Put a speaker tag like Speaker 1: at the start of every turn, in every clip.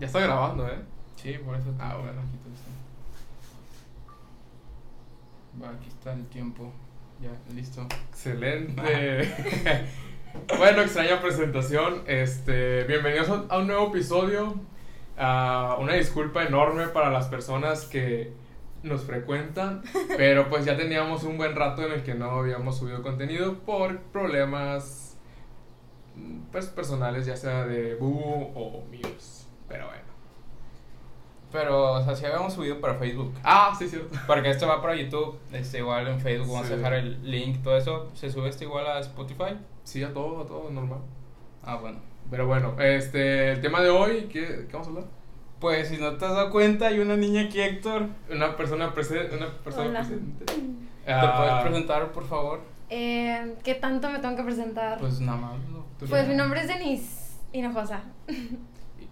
Speaker 1: Ya está grabando, ¿eh?
Speaker 2: Sí, por eso
Speaker 1: Ah,
Speaker 2: tengo
Speaker 1: bueno.
Speaker 2: la quito, sí. Va, aquí está el tiempo. Ya, listo.
Speaker 1: Excelente. bueno, extraña presentación. Este, bienvenidos a- a un nuevo episodio. Ah, una disculpa enorme para las personas que nos frecuentan, pero pues ya teníamos un buen rato en el que no habíamos subido contenido por problemas mm, pues, personales, ya sea de Bubu o míos. Pero bueno.
Speaker 3: Pero, o sea, si habíamos subido para Facebook.
Speaker 1: Ah, sí, cierto.
Speaker 3: Porque esto va para YouTube. Este, igual en Facebook vamos
Speaker 1: Sí.
Speaker 3: a dejar el link, todo eso. ¿Se sube este igual a Spotify?
Speaker 1: Sí, a todo, a todo, normal.
Speaker 3: Ah, bueno.
Speaker 1: Pero bueno, este, el tema de hoy, ¿qué, qué vamos a hablar?
Speaker 3: Pues si no te has dado cuenta, hay una niña aquí, Héctor.
Speaker 1: Una persona presente. Una persona Ah,
Speaker 4: Hola.
Speaker 1: presente.
Speaker 3: ¿Te puedes presentar, por favor?
Speaker 4: Eh, ¿Qué tanto me tengo que presentar? Pues,
Speaker 3: Pues nada más. ¿no? Tú ya.
Speaker 4: mi nombre es Denise Hinojosa
Speaker 1: Y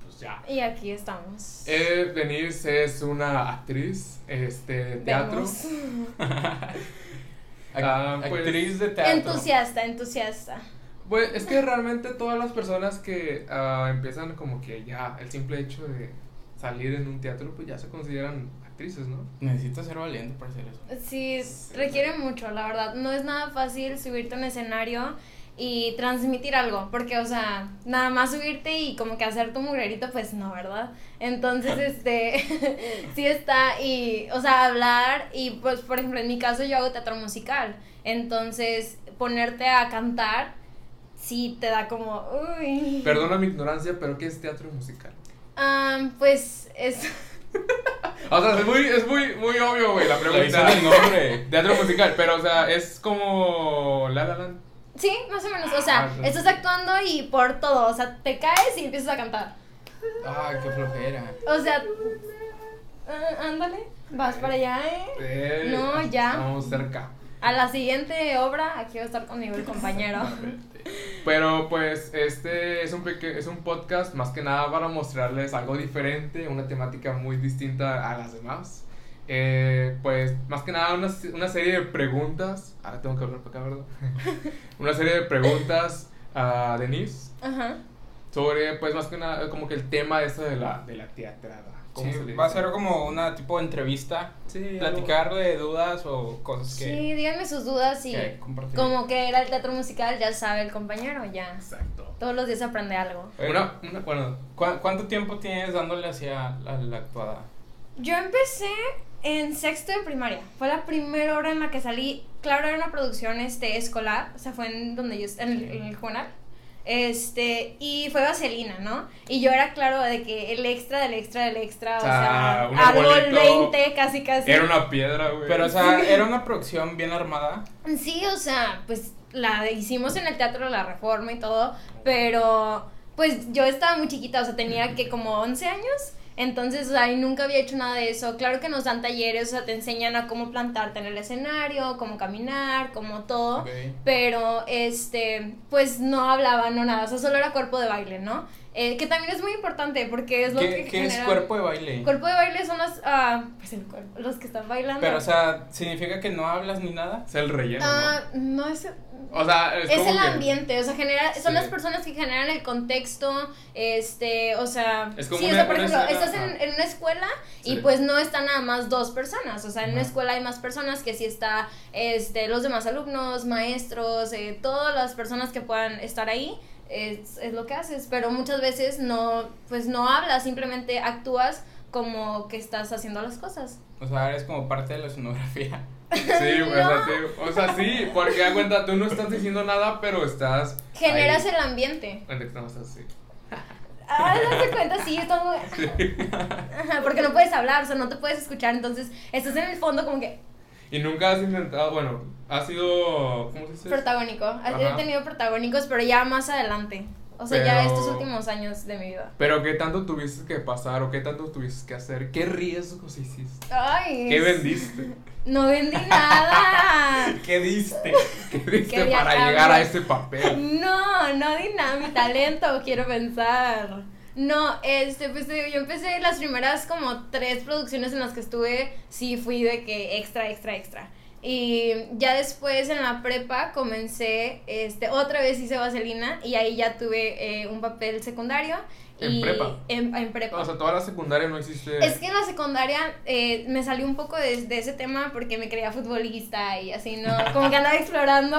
Speaker 1: pues ya.
Speaker 4: y aquí estamos.
Speaker 1: Eh, Denise es una actriz este, de teatro.
Speaker 4: Vemos.
Speaker 3: Ac-
Speaker 1: Ah, pues-
Speaker 3: Actriz de teatro.
Speaker 4: Entusiasta, entusiasta.
Speaker 1: Pues es que realmente todas las personas que ah, empiezan como que ya el simple hecho de salir en un teatro, pues ya se consideran actrices, ¿no?
Speaker 3: Necesitas ser valiente para hacer eso.
Speaker 4: Sí, requiere mucho, la verdad. No es nada fácil subirte a un escenario y transmitir algo, porque, o sea, nada más subirte y como que hacer tu mugrerito, pues no, ¿verdad? Entonces, este, sí está, y, o sea, hablar, y pues, por ejemplo, en mi caso yo hago teatro musical, entonces, ponerte a cantar, sí te da como, uy.
Speaker 1: Perdona mi ignorancia, pero ¿qué es teatro musical?
Speaker 4: Ah, pues, es...
Speaker 1: O sea, es muy, es muy, muy obvio, güey, la pregunta.
Speaker 3: Revisa el nombre.
Speaker 1: Teatro musical, pero o sea, es como La La Land.
Speaker 4: Sí, más o menos, o
Speaker 1: Ah,
Speaker 4: sea,
Speaker 1: ok.
Speaker 4: estás actuando y por todo, o sea, te caes y empiezas a cantar.
Speaker 3: Ah, qué flojera.
Speaker 4: O sea, ah, ándale, vas para allá, ¿eh?
Speaker 1: Eh,
Speaker 4: No, ya.
Speaker 1: Estamos cerca.
Speaker 4: A la siguiente obra, aquí va a estar conmigo el compañero.
Speaker 1: Pero pues este es un, peque- es un podcast más que nada para mostrarles algo diferente, una temática muy distinta a las demás. Eh, pues más que nada una, se- una serie de preguntas. Ahora tengo que hablar para acá, ¿verdad? una serie de preguntas a Denise
Speaker 4: Ajá.
Speaker 1: sobre pues más que nada como que el tema ese de la, de la teatrada. ¿Cómo
Speaker 3: Sí,
Speaker 1: se le
Speaker 3: va a
Speaker 1: dice?
Speaker 3: ser como una tipo de entrevista.
Speaker 1: Sí, algo-
Speaker 3: Platicar de dudas o cosas que.
Speaker 4: Sí, díganme sus dudas y
Speaker 3: que compartir.
Speaker 4: como que era el teatro musical, ya sabe el compañero, ya.
Speaker 1: Exacto.
Speaker 4: Todos los días aprende algo.
Speaker 3: Oye,
Speaker 1: Una, una, bueno,
Speaker 3: ¿cu- ¿Cuánto tiempo tienes dándole hacia la, la actuada?
Speaker 4: Yo empecé en sexto de primaria. Fue la primera hora en la que salí. Claro, era una producción este, escolar. O sea, fue en donde yo en el, en el Jonal. Este, y fue Vaselina, ¿no? Y yo era claro de que el extra del extra del extra, o
Speaker 1: O sea,
Speaker 4: sea,
Speaker 1: Ah, un
Speaker 4: árbol
Speaker 1: arbolito.
Speaker 4: 20, casi casi.
Speaker 1: era una piedra, güey.
Speaker 3: Pero, o sea, era una producción bien armada.
Speaker 4: Sí, o sea, pues la hicimos en el Teatro de la Reforma y todo, pero pues yo estaba muy chiquita, o sea, tenía que como 11 años, entonces, o sea, y nunca había hecho nada de eso. Claro que nos dan talleres, o sea, te enseñan a cómo plantarte en el escenario, cómo caminar, cómo todo, pero este, pues no hablaba, no nada, o sea, solo era cuerpo de baile, ¿no? Eh, que también es muy importante porque es lo
Speaker 3: ¿Qué,
Speaker 4: que
Speaker 3: qué es
Speaker 4: genera-
Speaker 3: cuerpo de baile?
Speaker 4: Cuerpo de baile son las, ah, pues el cuerpo, los que están bailando.
Speaker 3: Pero, o sea, ¿significa que no hablas ni nada?
Speaker 1: es el relleno.
Speaker 4: Ah, no es...
Speaker 1: ¿no? O sea, es,
Speaker 4: Es
Speaker 1: como
Speaker 4: el
Speaker 1: que-
Speaker 4: ambiente, o sea, genera, son
Speaker 1: Sí.
Speaker 4: las personas que generan el contexto, este, o sea,
Speaker 1: Es como
Speaker 4: sí,
Speaker 1: una-
Speaker 4: o sea, por
Speaker 1: una
Speaker 4: ejemplo,
Speaker 1: escena,
Speaker 4: estás en,
Speaker 1: ajá.
Speaker 4: en una escuela y
Speaker 1: Sí.
Speaker 4: pues no están nada más dos personas, o sea, en una
Speaker 3: Ajá.
Speaker 4: escuela hay más personas que sí está, este, los demás alumnos, maestros, eh, todas las personas que puedan estar ahí. Es, es lo que haces, pero muchas veces no, pues no hablas, simplemente actúas como que estás haciendo las cosas.
Speaker 3: O sea, eres como parte de la escenografía.
Speaker 1: Sí, güey, o, sea,
Speaker 4: No.
Speaker 1: te- o sea, sí, porque da cuenta, tú no estás diciendo nada, pero estás.
Speaker 4: Generas el ambiente.
Speaker 1: el. así.
Speaker 4: Ah, no te cuenta, sí, estás muy... Ajá, porque no puedes hablar, o sea, no te puedes escuchar, entonces estás en el fondo como que
Speaker 1: Y nunca has intentado, bueno, has sido. ¿Cómo se dice?
Speaker 4: protagónico.
Speaker 1: Ajá.
Speaker 4: He tenido protagónicos, pero ya más adelante. O sea, ya
Speaker 1: Pero-
Speaker 4: estos últimos años de mi vida.
Speaker 1: Pero qué tanto tuviste que pasar o qué tanto tuviste que hacer, qué riesgos hiciste,
Speaker 4: Ay,
Speaker 1: qué
Speaker 4: es-
Speaker 1: vendiste,
Speaker 4: No vendí nada.
Speaker 3: ¿Qué diste?
Speaker 1: qué diste
Speaker 4: Quería
Speaker 1: para
Speaker 4: cambiar.
Speaker 1: llegar a ese papel.
Speaker 4: No, no di nada, mi talento, quiero pensar. No, este, pues te digo, yo empecé las primeras como tres producciones en las que estuve, sí fui de que extra, extra, extra. Y ya después en la prepa comencé, este, otra vez hice vaselina y ahí ya tuve eh, un papel secundario
Speaker 1: ¿En
Speaker 4: y-
Speaker 1: prepa? Ah,
Speaker 4: En, en prepa.
Speaker 1: O sea, toda la secundaria no existe.
Speaker 4: Es que en la secundaria eh, me salí un poco de, de ese tema porque me creía futbolista y así, ¿no? Como que andaba explorando.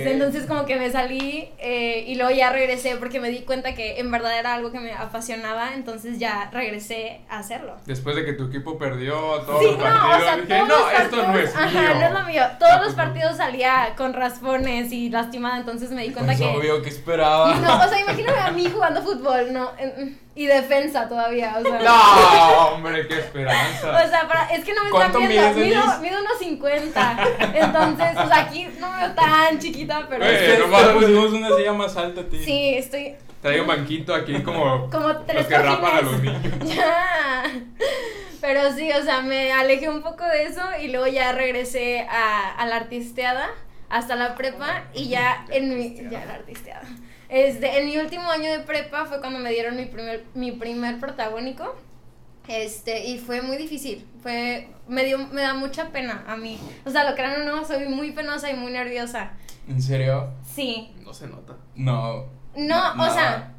Speaker 1: Ok.
Speaker 4: Entonces como que me salí eh, y luego ya regresé porque me di cuenta que en verdad era algo que me apasionaba, entonces ya regresé a hacerlo.
Speaker 1: Después de que tu equipo perdió todos
Speaker 4: Sí,
Speaker 1: los
Speaker 4: no,
Speaker 1: partidos,
Speaker 4: o sea,
Speaker 1: dije,
Speaker 4: todos
Speaker 1: no,
Speaker 4: los
Speaker 1: esto no es
Speaker 4: partidos-
Speaker 1: mío.
Speaker 4: Ajá, no es lo mío.
Speaker 1: Ah,
Speaker 4: Todos
Speaker 1: pues
Speaker 4: los
Speaker 1: no.
Speaker 4: partidos salía con raspones y lastimada, entonces me di cuenta
Speaker 3: Pues
Speaker 4: que...
Speaker 3: obvio que esperaba.
Speaker 4: No, o sea, imagíname a mí jugando fútbol, no, en- y defensa todavía, o sea.
Speaker 1: No, hombre, qué
Speaker 4: O
Speaker 1: esperanza.
Speaker 4: sea, para- es que no me están
Speaker 3: ¿Cuánto
Speaker 4: viendo,
Speaker 3: mides, Denise?
Speaker 4: mido, mido unos 50. Entonces, o sea, aquí no me veo tan chiquita, pero
Speaker 1: Güey,
Speaker 3: Es que
Speaker 1: nomás-
Speaker 3: te pusimos una silla más alta a ti.
Speaker 4: sí, estoy
Speaker 1: Traigo un banquito aquí como,
Speaker 4: como tres
Speaker 1: los que rapan a los
Speaker 4: cojines.
Speaker 1: niños.
Speaker 4: Ya. Pero sí, o sea, me alejé un poco de eso y luego ya regresé a, a la artisteada hasta la prepa y ya en mi ya la artisteada. Este, en mi último año de prepa fue cuando me dieron mi primer mi primer protagónico. Este, y fue muy difícil. Fue me dio me da mucha pena a mí. O sea, lo crean o no, soy muy penosa y muy nerviosa.
Speaker 3: ¿En serio?
Speaker 4: Sí.
Speaker 1: No se nota.
Speaker 3: No.
Speaker 4: No,
Speaker 3: No,
Speaker 4: o
Speaker 3: no.
Speaker 4: sea,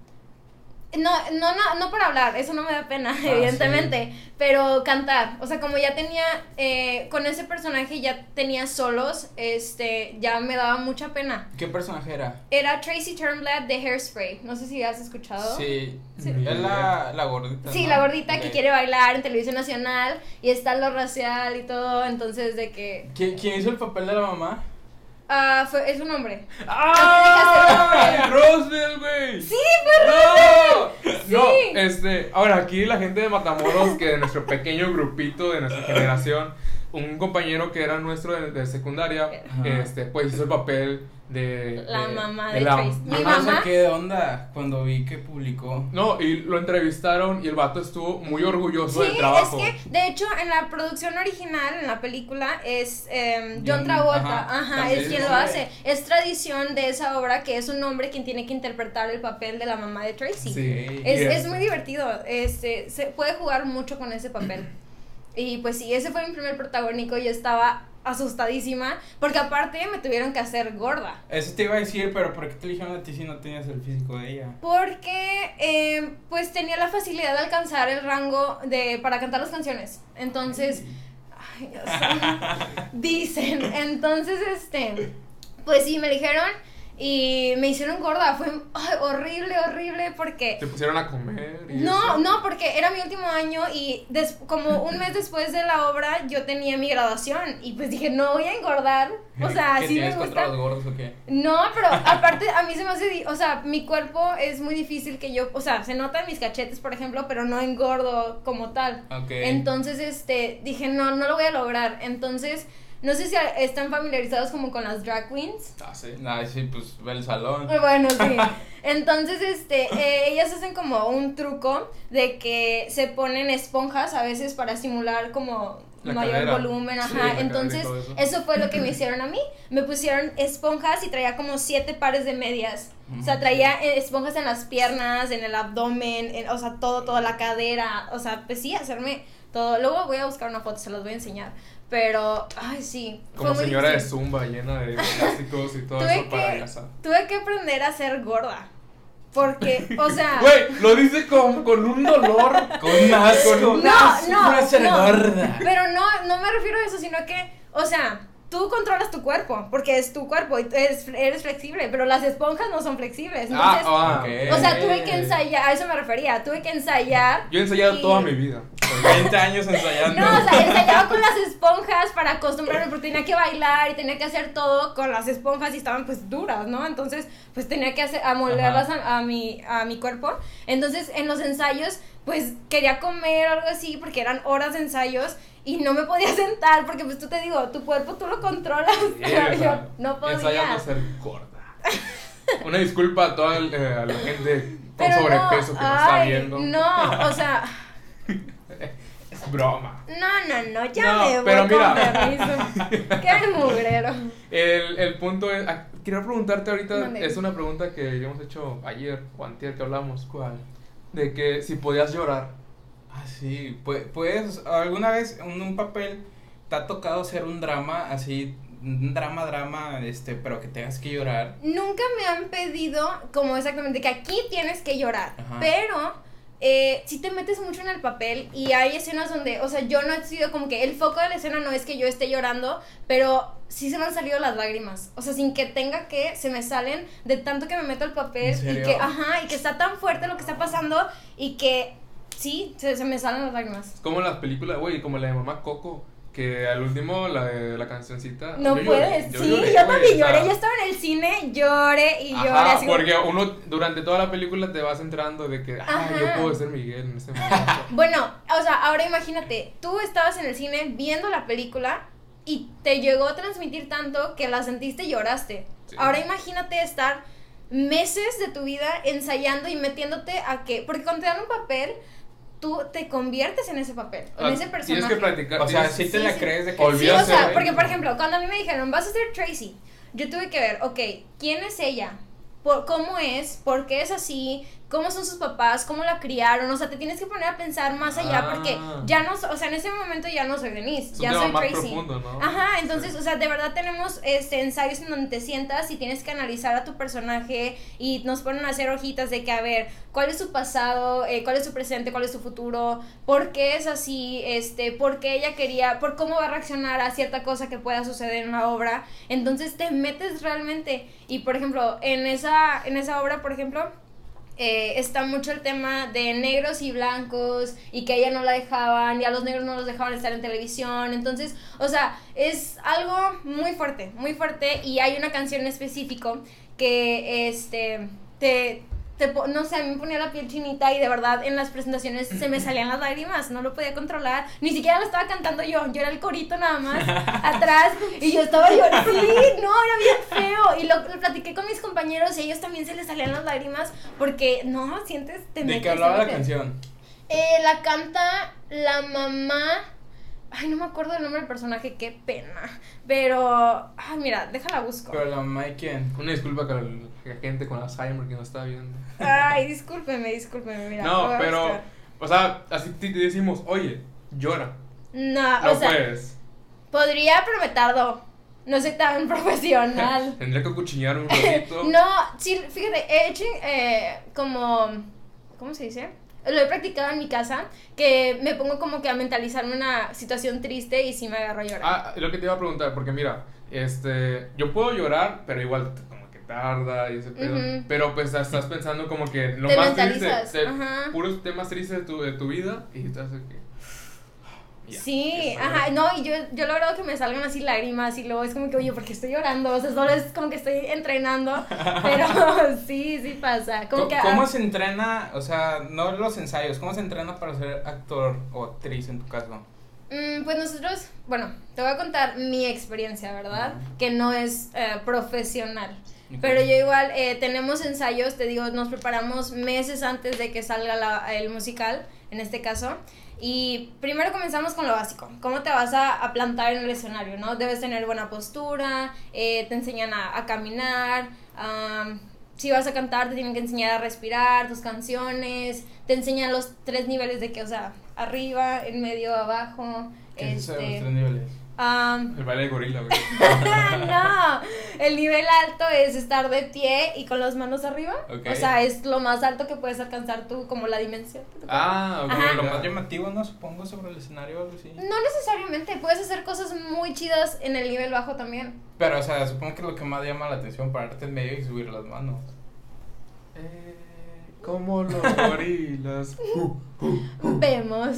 Speaker 4: no, no, no, no por hablar, eso no me da pena,
Speaker 3: Ah, sí.
Speaker 4: evidentemente, pero cantar, o sea, como ya tenía, eh, con ese personaje ya tenía solos, este, ya me daba mucha pena.
Speaker 3: ¿Qué personaje era?
Speaker 4: Era Tracy Turnblad de Hairspray, no sé si has escuchado.
Speaker 3: Sí.
Speaker 4: Sí.
Speaker 3: Es la, la gordita.
Speaker 4: Sí,
Speaker 3: ¿no?
Speaker 4: la gordita
Speaker 3: Ok.
Speaker 4: que quiere bailar en televisión nacional y está lo racial y todo, entonces de que...
Speaker 3: ¿Qui- ¿Quién hizo el papel de la mamá?
Speaker 4: Ah, fue, es un hombre.
Speaker 1: ¡Ah! ¡Roswell, güey!
Speaker 4: Sí,
Speaker 1: ¡No! No,
Speaker 4: Sí.
Speaker 1: este, ahora aquí la gente de Matamoros, que de nuestro pequeño grupito, de nuestra generación, un compañero que era nuestro de, de secundaria,
Speaker 3: Ajá.
Speaker 1: este, pues hizo el papel de...
Speaker 4: La
Speaker 1: de-
Speaker 4: mamá
Speaker 1: de
Speaker 4: de
Speaker 1: la-
Speaker 4: Trace. Mi
Speaker 3: Yo
Speaker 4: mamá-
Speaker 3: No saqué de onda cuando vi que publicó.
Speaker 1: No, y lo entrevistaron y el vato estuvo muy orgulloso
Speaker 4: Sí,
Speaker 1: del trabajo.
Speaker 4: es que de hecho en la producción original, en la película, es em, John
Speaker 3: John-
Speaker 4: Travolta,
Speaker 3: ajá,
Speaker 4: ajá,
Speaker 3: también
Speaker 4: es quien
Speaker 3: es
Speaker 4: lo
Speaker 3: hombre.
Speaker 4: hace. Es tradición de esa obra que es un hombre quien tiene que interpretar el papel de la mamá de Tracy.
Speaker 1: Sí.
Speaker 4: Es,
Speaker 1: y
Speaker 4: es muy divertido, este, se puede jugar mucho con ese papel. Y pues sí, ese fue mi primer protagónico, yo estaba asustadísima, porque aparte me tuvieron que hacer gorda.
Speaker 3: Eso te iba a decir, pero ¿por qué te eligieron a ti si no tenías el físico de ella?
Speaker 4: Porque eh, pues tenía la facilidad de alcanzar el rango de para cantar las canciones. Entonces, ay, Dios mío, dicen, entonces este, pues sí me dijeron y me hicieron gorda, fue ay, horrible, horrible porque
Speaker 1: Te pusieron a comer y
Speaker 4: no,
Speaker 1: eso.
Speaker 4: no, porque era mi último año y des- como un mes después de la obra yo tenía mi graduación y pues dije, no voy a engordar, o sea,
Speaker 3: ¿Qué
Speaker 4: sí me
Speaker 3: tienes contra
Speaker 4: gusta.
Speaker 3: los gordos o qué?
Speaker 4: No, pero aparte a mí se me hace, di- o sea, mi cuerpo es muy difícil que yo, o sea, se notan mis cachetes, por ejemplo, pero no engordo como tal.
Speaker 3: Ok.
Speaker 4: Entonces, este, dije, no, no lo voy a lograr. Entonces, no sé si a- están familiarizados como con las drag queens.
Speaker 1: Ah, sí.
Speaker 3: Nah, sí, pues ve el salón.
Speaker 4: Bueno, sí. Entonces, este, eh, ellas hacen como un truco de que se ponen esponjas a veces para simular como
Speaker 1: La
Speaker 4: mayor
Speaker 1: cadera.
Speaker 4: volumen,
Speaker 1: Sí, la
Speaker 4: ajá.
Speaker 1: cadera y
Speaker 4: Entonces,
Speaker 1: todo eso.
Speaker 4: eso fue lo que me hicieron a mí. Me pusieron esponjas y traía como siete pares de medias. O sea, traía eh, esponjas en las piernas, en el abdomen, en- o sea, todo, toda la cadera. O sea, pues sí, hacerme todo. Luego voy a buscar una foto, se las voy a enseñar. Pero, ay, sí. fue
Speaker 1: Como
Speaker 4: muy
Speaker 1: señora de
Speaker 4: difícil.
Speaker 1: zumba llena de plásticos y todo
Speaker 4: Tuve
Speaker 1: eso para
Speaker 4: que-
Speaker 1: adelgazar.
Speaker 4: Tuve que aprender a ser gorda. Porque, o sea.
Speaker 1: Güey, lo dice con, con un dolor.
Speaker 3: Con asco.
Speaker 1: Con un
Speaker 4: no, no.
Speaker 3: Pura ser
Speaker 4: no.
Speaker 3: gorda.
Speaker 4: Pero no, no me refiero a eso, sino que, o sea, tú controlas tu cuerpo, porque es tu cuerpo y tú eres, eres flexible, pero las esponjas no son flexibles. Entonces,
Speaker 1: ah, ah,
Speaker 3: ok.
Speaker 4: o sea, tuve que ensayar, a eso me refería, tuve que ensayar.
Speaker 1: Yo he ensayado
Speaker 4: Y-
Speaker 1: toda mi vida.
Speaker 3: Con 20 años ensayando.
Speaker 4: No, o sea, ensayaba con las esponjas para acostumbrarme, porque tenía que bailar y tenía que hacer todo con las esponjas y estaban pues duras, ¿no? Entonces, pues tenía que hacer, amoldarlas a, a mi, a mi cuerpo. Entonces, en los ensayos, pues quería comer o algo así, porque eran horas de ensayos y no me podía sentar, porque pues tú te digo, tu cuerpo tú lo controlas, pero yo no
Speaker 1: Ensayando
Speaker 4: podía.
Speaker 1: a ser gorda. Una disculpa a toda el- eh, a la gente con
Speaker 4: Pero no,
Speaker 1: sobrepeso que nos está
Speaker 4: ay,
Speaker 1: viendo.
Speaker 4: No, o sea,
Speaker 1: Es broma.
Speaker 4: no, no, no, ya
Speaker 1: No,
Speaker 4: me voy
Speaker 1: pero
Speaker 4: con
Speaker 1: mira.
Speaker 4: permiso. Qué mugrero.
Speaker 1: El, el punto es. ah, Quería preguntarte ahorita.
Speaker 4: Mande.
Speaker 1: Es una pregunta que habíamos hecho ayer o antier que hablamos. ¿Cuál? De que si podías llorar.
Speaker 3: Ah, pues, sí. pu- Puedes, alguna vez en un papel te ha tocado hacer un drama así un drama, drama, este, pero que tengas que llorar.
Speaker 4: Nunca me han pedido como exactamente que aquí tienes que llorar,
Speaker 3: Ajá.
Speaker 4: pero eh, si te metes mucho en el papel y hay escenas donde, o sea, yo no he sido como que el foco de la escena no es que yo esté llorando, pero sí se me han salido las lágrimas, o sea, sin que tenga que, se me salen de tanto que me meto al papel
Speaker 3: ¿En
Speaker 4: y
Speaker 3: serio?
Speaker 4: que, ajá, y que está tan fuerte lo que está pasando y que sí, se, se me salen las lágrimas.
Speaker 1: Es como las películas, güey, como la de Mamá Coco, que al último la de la cancioncita.
Speaker 4: No
Speaker 1: Ah, yo lloré,
Speaker 4: puedes,
Speaker 1: lloré,
Speaker 4: sí, yo
Speaker 1: güey,
Speaker 4: también
Speaker 1: o sea,
Speaker 4: lloré, yo estaba en el cine, lloré y lloré
Speaker 1: Ajá,
Speaker 4: así como-
Speaker 1: porque uno durante toda la película te vas entrando de que, ah,
Speaker 4: Ajá.
Speaker 1: yo puedo ser Miguel en ese momento. Ah,
Speaker 4: Bueno, o sea, ahora imagínate, tú estabas en el cine viendo la película y te llegó a transmitir tanto que la sentiste y lloraste.
Speaker 1: Sí.
Speaker 4: Ahora imagínate estar meses de tu vida ensayando y metiéndote a que, porque cuando te dan un papel, tú te conviertes en ese papel, en ese
Speaker 1: Ah,
Speaker 4: personaje.
Speaker 1: Tienes que platicar.
Speaker 3: O sea,
Speaker 1: tienes-
Speaker 3: si te
Speaker 4: sí,
Speaker 3: la
Speaker 4: sí.
Speaker 3: crees de que
Speaker 1: Olvídate.
Speaker 4: Sí, o
Speaker 1: Olvídate,
Speaker 4: sea,
Speaker 1: güey.
Speaker 4: porque por ejemplo, cuando a mí me dijeron, vas a ser Tracy, yo tuve que ver, ok, ¿quién es ella? Por, ¿Cómo es? ¿Por qué es así? ¿Cómo son sus papás? ¿Cómo la criaron? O sea, te tienes que poner a pensar más allá
Speaker 1: Ah.
Speaker 4: porque ya no, so- o sea, en ese momento ya no soy Denise,
Speaker 1: Es un
Speaker 4: ya
Speaker 1: tema
Speaker 4: soy
Speaker 1: más
Speaker 4: Tracy.
Speaker 1: profundo, ¿no?
Speaker 4: Ajá, entonces, o sea, de verdad tenemos este ensayos en donde te sientas y tienes que analizar a tu personaje y nos ponen a hacer hojitas de que, a ver, cuál es su pasado, Eh, cuál es su presente, cuál es su futuro, por qué es así, este, por qué ella quería, por cómo va a reaccionar a cierta cosa que pueda suceder en una obra. Entonces te metes realmente. Y por ejemplo, en esa, en esa obra, por ejemplo, eh, está mucho el tema de negros y blancos y que a ella no la dejaban y a los negros no los dejaban estar en televisión. Entonces, o sea, es algo muy fuerte, muy fuerte y hay una canción en específico que este te, te po- no sé, a mí me ponía la piel chinita y de verdad en las presentaciones se me salían las lágrimas, no lo podía controlar, ni siquiera lo estaba cantando yo, yo era el corito nada más atrás y yo estaba llorando, sí, no, era bien feo y lo, lo platiqué con mis compañeros y a ellos también se les salían las lágrimas porque no, sientes, te
Speaker 3: ¿De qué
Speaker 4: metes, te
Speaker 3: hablaba la
Speaker 4: metes.
Speaker 3: canción?
Speaker 4: Eh, la canta la mamá. Ay, no me acuerdo el nombre del personaje, qué pena. Pero. Ay, mira, déjala busco.
Speaker 3: Pero la mamá de quién?
Speaker 1: Una disculpa para la gente con Alzheimer que no está viendo.
Speaker 4: Ay, discúlpeme, discúlpeme, mira. lo voy
Speaker 1: No,
Speaker 4: a
Speaker 1: pero,
Speaker 4: buscar.
Speaker 1: o sea, así te te decimos, oye, llora.
Speaker 4: No,
Speaker 1: No
Speaker 4: Ah, o sea,
Speaker 1: puedes.
Speaker 4: podría, pero me tardo. No soy tan profesional.
Speaker 1: Tendría que cuchillar un ratito.
Speaker 4: No, sí, fíjate, he hecho eh, como, ¿cómo se dice? Lo he practicado en mi casa, que me pongo como que a mentalizarme una situación triste y sí me agarro a llorar.
Speaker 1: Ah, lo que te iba a preguntar, porque mira, este, yo puedo llorar, pero igual t- como que tarda y ese pedo.
Speaker 4: Ujú.
Speaker 1: Pero pues estás pensando como que lo
Speaker 4: Te
Speaker 1: más
Speaker 4: mentalizas,
Speaker 1: triste, te-
Speaker 4: ajá.
Speaker 1: puros temas tristes de tu, de tu vida y estás aquí. Ya,
Speaker 4: Sí,
Speaker 1: ya está.
Speaker 4: ajá, no, y yo, yo he logrado que me salgan así lágrimas y luego es como que, oye, ¿por qué estoy llorando? O sea, solo es como que estoy entrenando, pero sí, sí pasa. Como
Speaker 3: Co-
Speaker 4: que,
Speaker 3: ¿Cómo
Speaker 4: ah,
Speaker 3: se entrena? O sea, no los ensayos, ¿cómo se entrena para ser actor o actriz en tu caso?
Speaker 4: mm, pues nosotros, bueno, te voy a contar mi experiencia, ¿verdad? Que no es eh, profesional. Pero yo igual eh, tenemos ensayos, te digo, nos preparamos meses antes de que salga la- el musical, en este caso. Y primero comenzamos con lo básico, cómo te vas a, a plantar en el escenario, ¿no? Debes tener buena postura, eh, te enseñan a, a caminar, am, si vas a cantar te tienen que enseñar a respirar tus canciones, te enseñan los tres niveles de que, o sea, arriba, en medio, abajo.
Speaker 3: ¿Qué es eso de los tres
Speaker 4: Este,
Speaker 3: niveles?
Speaker 4: am,
Speaker 1: El baile de gorila, güey.
Speaker 4: no, el nivel alto es estar de pie y con las manos arriba.
Speaker 3: Ok.
Speaker 4: O sea, es lo más alto que puedes alcanzar tú, como la dimensión. que tú puedes.
Speaker 1: Ah, ok.
Speaker 4: Ajá.
Speaker 3: Lo
Speaker 1: ya.
Speaker 3: más llamativo, ¿no? Supongo, sobre el escenario o algo así.
Speaker 4: No necesariamente, puedes hacer cosas muy chidas en el nivel bajo también.
Speaker 3: Pero, o sea, supongo que es lo que más llama la atención, pararte en medio y subir las manos.
Speaker 1: Eh, como los gorilas. Uh, uh.
Speaker 4: Vemos.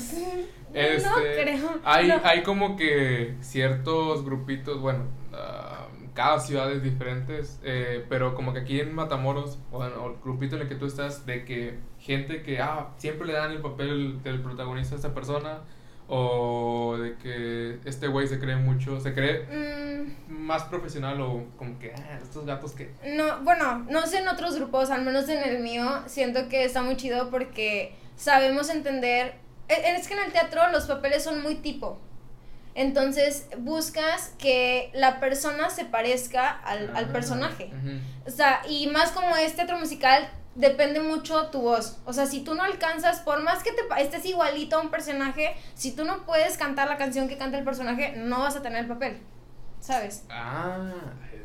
Speaker 1: Este,
Speaker 4: no creo.
Speaker 1: Hay,
Speaker 4: no.
Speaker 1: hay como que ciertos grupitos, bueno, ah, cada ciudad es diferente, eh, pero como que aquí en Matamoros, o, en- o el grupito en el que tú estás, de que gente que ah, siempre le dan el papel del protagonista a esta persona, o de que este güey se cree mucho, se cree
Speaker 4: Mm,
Speaker 1: más profesional o como que ah, estos gatos que...
Speaker 4: No, bueno, no sé en otros grupos, al menos en el mío, siento que está muy chido porque sabemos entender. e- Es que en el teatro los papeles son muy tipo. Entonces buscas que la persona se parezca al, al
Speaker 1: Ah,
Speaker 4: personaje.
Speaker 1: ujú.
Speaker 4: O sea, y más como es teatro musical, depende mucho tu voz. O sea, si tú no alcanzas, por más que te pa- estés igualito a un personaje, si tú no puedes cantar la canción que canta el personaje, no vas a tener el papel. ¿sabes?
Speaker 1: Ah.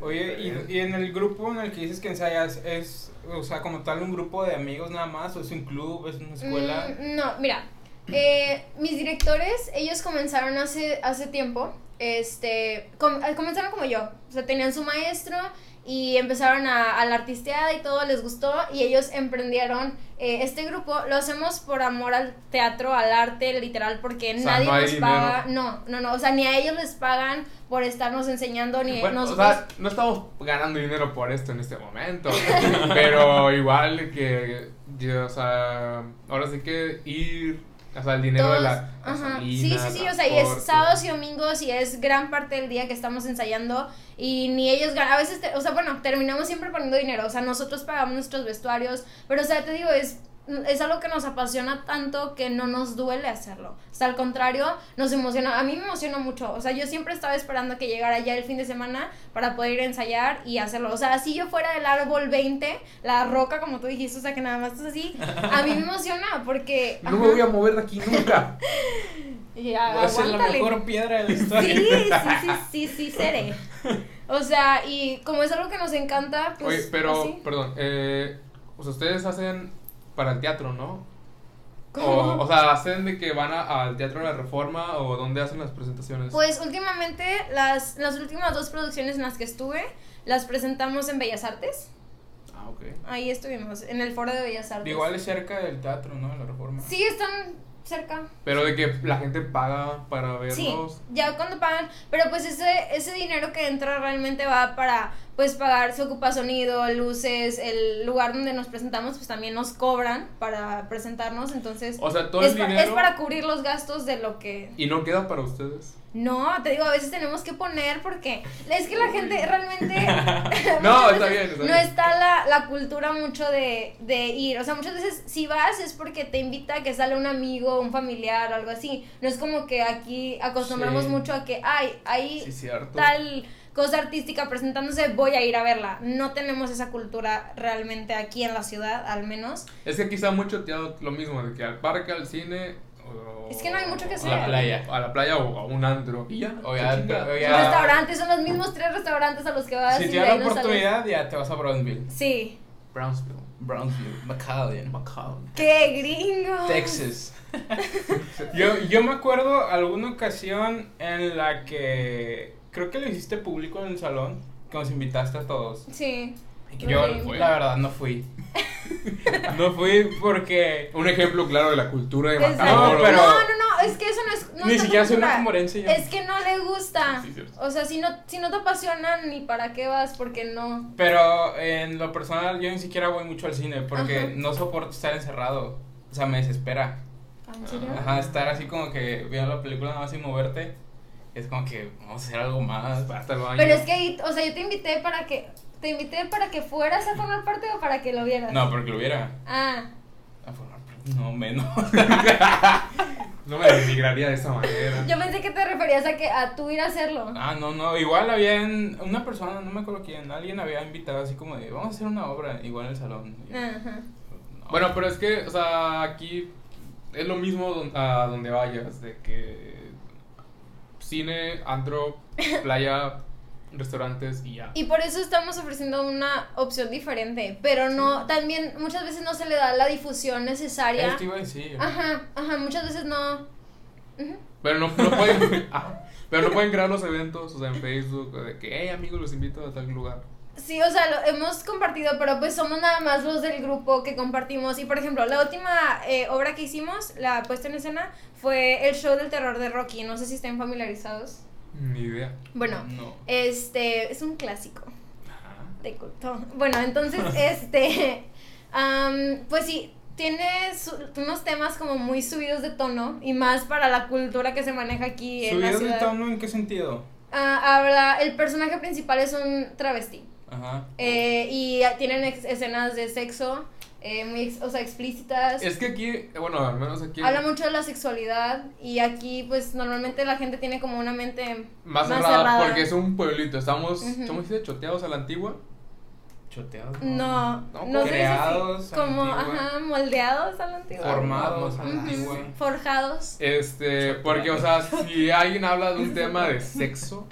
Speaker 3: Oye, y, y en el grupo en el que dices que ensayas, ¿es, o sea, como tal, un grupo de amigos nada más? ¿O es un club? ¿Es una escuela?
Speaker 4: Mm, no, mira, eh, mis directores, ellos comenzaron hace, hace tiempo, este, com- eh, comenzaron como yo, o sea, tenían su maestro y empezaron a, a la artisteada y todo les gustó y ellos emprendieron eh, este grupo, lo hacemos por amor al teatro, al arte, literal, porque
Speaker 1: O sea,
Speaker 4: nadie
Speaker 1: no hay
Speaker 4: nos paga, no, no, no, o sea, ni a ellos les pagan por estarnos enseñando, ni
Speaker 1: Bueno,
Speaker 4: nosotros...
Speaker 1: o sea, no estamos ganando dinero por esto en este momento, pero igual que, yo, o sea, ahora sí que ir, o sea, el dinero de la
Speaker 4: Todos, ajá. Sí,
Speaker 1: gasolina,
Speaker 4: sí, sí, o sea, y es
Speaker 1: transporte.
Speaker 4: sábados y domingos y es gran parte del día que estamos ensayando y ni ellos ganan, a veces, te- o sea, bueno, terminamos siempre poniendo dinero, o sea, nosotros pagamos nuestros vestuarios, pero o sea, te digo, es es algo que nos apasiona tanto que no nos duele hacerlo. O sea, al contrario, nos emociona. A mí me emociona mucho. O sea, yo siempre estaba esperando que llegara ya el fin de semana para poder ir a ensayar y hacerlo. O sea, si yo fuera del árbol 20, la roca, como tú dijiste, o sea, que nada más estás así, a mí me emociona porque...
Speaker 1: No me
Speaker 4: ajá.
Speaker 1: voy a mover de aquí nunca.
Speaker 4: Ya,
Speaker 3: Esa es la
Speaker 4: aguántale.
Speaker 3: mejor piedra de la historia.
Speaker 4: Sí, sí, sí, sí, sí, seré. O sea, y como es algo que nos encanta, pues.
Speaker 1: Oye, pero,
Speaker 4: así.
Speaker 1: perdón, eh, o sea, ustedes hacen para el teatro, ¿no?
Speaker 4: ¿Cómo?
Speaker 1: O, o sea, hacen de que van a- al Teatro de la Reforma o dónde hacen las presentaciones.
Speaker 4: Pues últimamente, las, las últimas dos producciones en las que estuve, las presentamos en Bellas Artes.
Speaker 1: ah, ok.
Speaker 4: Ahí estuvimos, en el foro de Bellas Artes.
Speaker 3: Igual es cerca del teatro, ¿no? De la reforma.
Speaker 4: Sí, están cerca.
Speaker 1: Pero de que la gente paga para verlos.
Speaker 4: Sí, ya cuando pagan, pero pues ese, ese dinero que entra realmente va para pues pagar, se ocupa sonido, luces, el lugar donde nos presentamos pues también nos cobran para presentarnos, entonces
Speaker 1: O sea, todo
Speaker 4: es,
Speaker 1: el
Speaker 4: pa-
Speaker 1: dinero.
Speaker 4: es para cubrir los gastos de lo que...
Speaker 1: Y no queda para ustedes.
Speaker 4: No, te digo, a veces tenemos que poner porque es que la gente realmente...
Speaker 1: No,
Speaker 4: muchas
Speaker 1: está
Speaker 4: veces
Speaker 1: bien, está
Speaker 4: no
Speaker 1: bien.
Speaker 4: está la, la cultura mucho de, de ir. O sea, muchas veces si vas es porque te invita a que sale un amigo, un familiar, algo así. No es como que aquí acostumbramos
Speaker 1: Sí.
Speaker 4: mucho a que, ay, hay
Speaker 1: Sí, cierto.
Speaker 4: tal cosa artística presentándose, voy a ir a verla. No tenemos esa cultura realmente aquí en la ciudad, al menos.
Speaker 1: Es que quizá mucho te da lo mismo, de que al parque, al cine. o-
Speaker 4: Es que no hay mucho que
Speaker 1: o
Speaker 4: hacer.
Speaker 1: A la playa. A la playa o a un andro. Y ya.
Speaker 3: O ya-
Speaker 1: se chinga.
Speaker 3: o
Speaker 4: Los
Speaker 3: ya-
Speaker 4: restaurantes son los mismos tres restaurantes a los que vas
Speaker 3: Si
Speaker 4: y
Speaker 3: te
Speaker 4: de
Speaker 3: da
Speaker 4: ahí
Speaker 3: la
Speaker 4: no sales.
Speaker 3: oportunidad, ya te vas a Brownsville.
Speaker 4: Sí.
Speaker 1: Brownsville.
Speaker 3: Brownsville, McAllen.
Speaker 1: McCown.
Speaker 4: ¡Qué gringo!
Speaker 3: Texas. yo, yo me acuerdo alguna ocasión en la que creo que lo hiciste público en el salón, que nos invitaste a todos.
Speaker 4: Sí.
Speaker 3: Yo,
Speaker 4: horrible.
Speaker 3: la verdad, no fui. no fui porque
Speaker 1: Un ejemplo claro de la cultura de
Speaker 4: Exacto.
Speaker 1: Macabro.
Speaker 3: No, pero-
Speaker 4: No, no, no, es que eso no es. No
Speaker 3: ni
Speaker 4: está
Speaker 3: siquiera soy
Speaker 4: cultura.
Speaker 3: una morense yo.
Speaker 4: Es que no le gusta.
Speaker 1: Sí, cierto.
Speaker 4: O sea, si no, si no te apasiona, ni para qué vas, porque no.
Speaker 3: Pero en lo personal, yo ni siquiera voy mucho al cine porque
Speaker 4: Ajá.
Speaker 3: no soporto estar encerrado. O sea, me desespera.
Speaker 4: Ah, ¿En serio?
Speaker 3: Ajá, estar así como que viendo la película nada más sin moverte. Es como que vamos a hacer algo más.
Speaker 1: Hasta el baño.
Speaker 4: Pero es que ahí, o sea, yo te invité para que. ¿Te invité para que fueras a formar parte o para que lo vieras?
Speaker 3: No, porque lo hubiera.
Speaker 4: Ah,
Speaker 3: Ah, por- No, menos.
Speaker 1: No me denigraría de esa manera.
Speaker 4: yo pensé que te referías a que a tú ir a hacerlo.
Speaker 3: Ah, no, no. Igual habían. Una persona, no me acuerdo quién, alguien había invitado así como de. Vamos a hacer una obra, igual en el salón. Y yo,
Speaker 4: Ajá.
Speaker 3: no.
Speaker 1: Bueno, pero es que, o sea, aquí es lo mismo don- a donde vayas, de que cine, antro, playa, restaurantes y ya.
Speaker 4: Y por eso estamos ofreciendo una opción diferente, pero no, también muchas veces no se le da la difusión necesaria.
Speaker 3: Esto iba a decir.
Speaker 4: Ajá, ajá, muchas veces no. Ujú.
Speaker 1: Pero no, no pueden, ah, pero no pueden crear los eventos, o sea, en Facebook, de que, hey amigos, los invito a tal lugar.
Speaker 4: Sí, o sea, lo hemos compartido, pero pues somos nada más los del grupo que compartimos. Y por ejemplo, la última eh, obra que hicimos, la puesta en escena, fue el show del terror de Rocky. No sé si estén familiarizados.
Speaker 1: Ni idea.
Speaker 4: Bueno,
Speaker 3: No.
Speaker 4: este es un clásico de culto. Bueno, entonces, este, am, pues sí, tiene su- unos temas como muy subidos de tono y más para la cultura que se maneja aquí en la
Speaker 3: ¿Subidos de
Speaker 4: ciudad.
Speaker 3: tono en qué sentido?
Speaker 4: Ah, habla, el personaje principal es un travesti.
Speaker 3: Ajá.
Speaker 4: Eh, y tienen ex- escenas de sexo eh, muy ex- o sea, explícitas.
Speaker 1: Es que aquí, bueno, al menos aquí.
Speaker 4: Habla mucho de la sexualidad y aquí pues normalmente la gente tiene como una mente
Speaker 1: Más, cerrada, porque es un pueblito. Estamos,
Speaker 4: Ujú.
Speaker 1: ¿cómo se dice? Choteados a la antigua.
Speaker 3: Choteados.
Speaker 4: No,
Speaker 1: No,
Speaker 4: no, sé si-
Speaker 3: creados a la
Speaker 4: como
Speaker 3: antigua.
Speaker 4: ajá, moldeados a la antigua.
Speaker 3: Formados a la
Speaker 4: Ujú,
Speaker 3: antigua.
Speaker 4: Forjados.
Speaker 1: Este, porque, o sea, si alguien habla de un tema de sexo,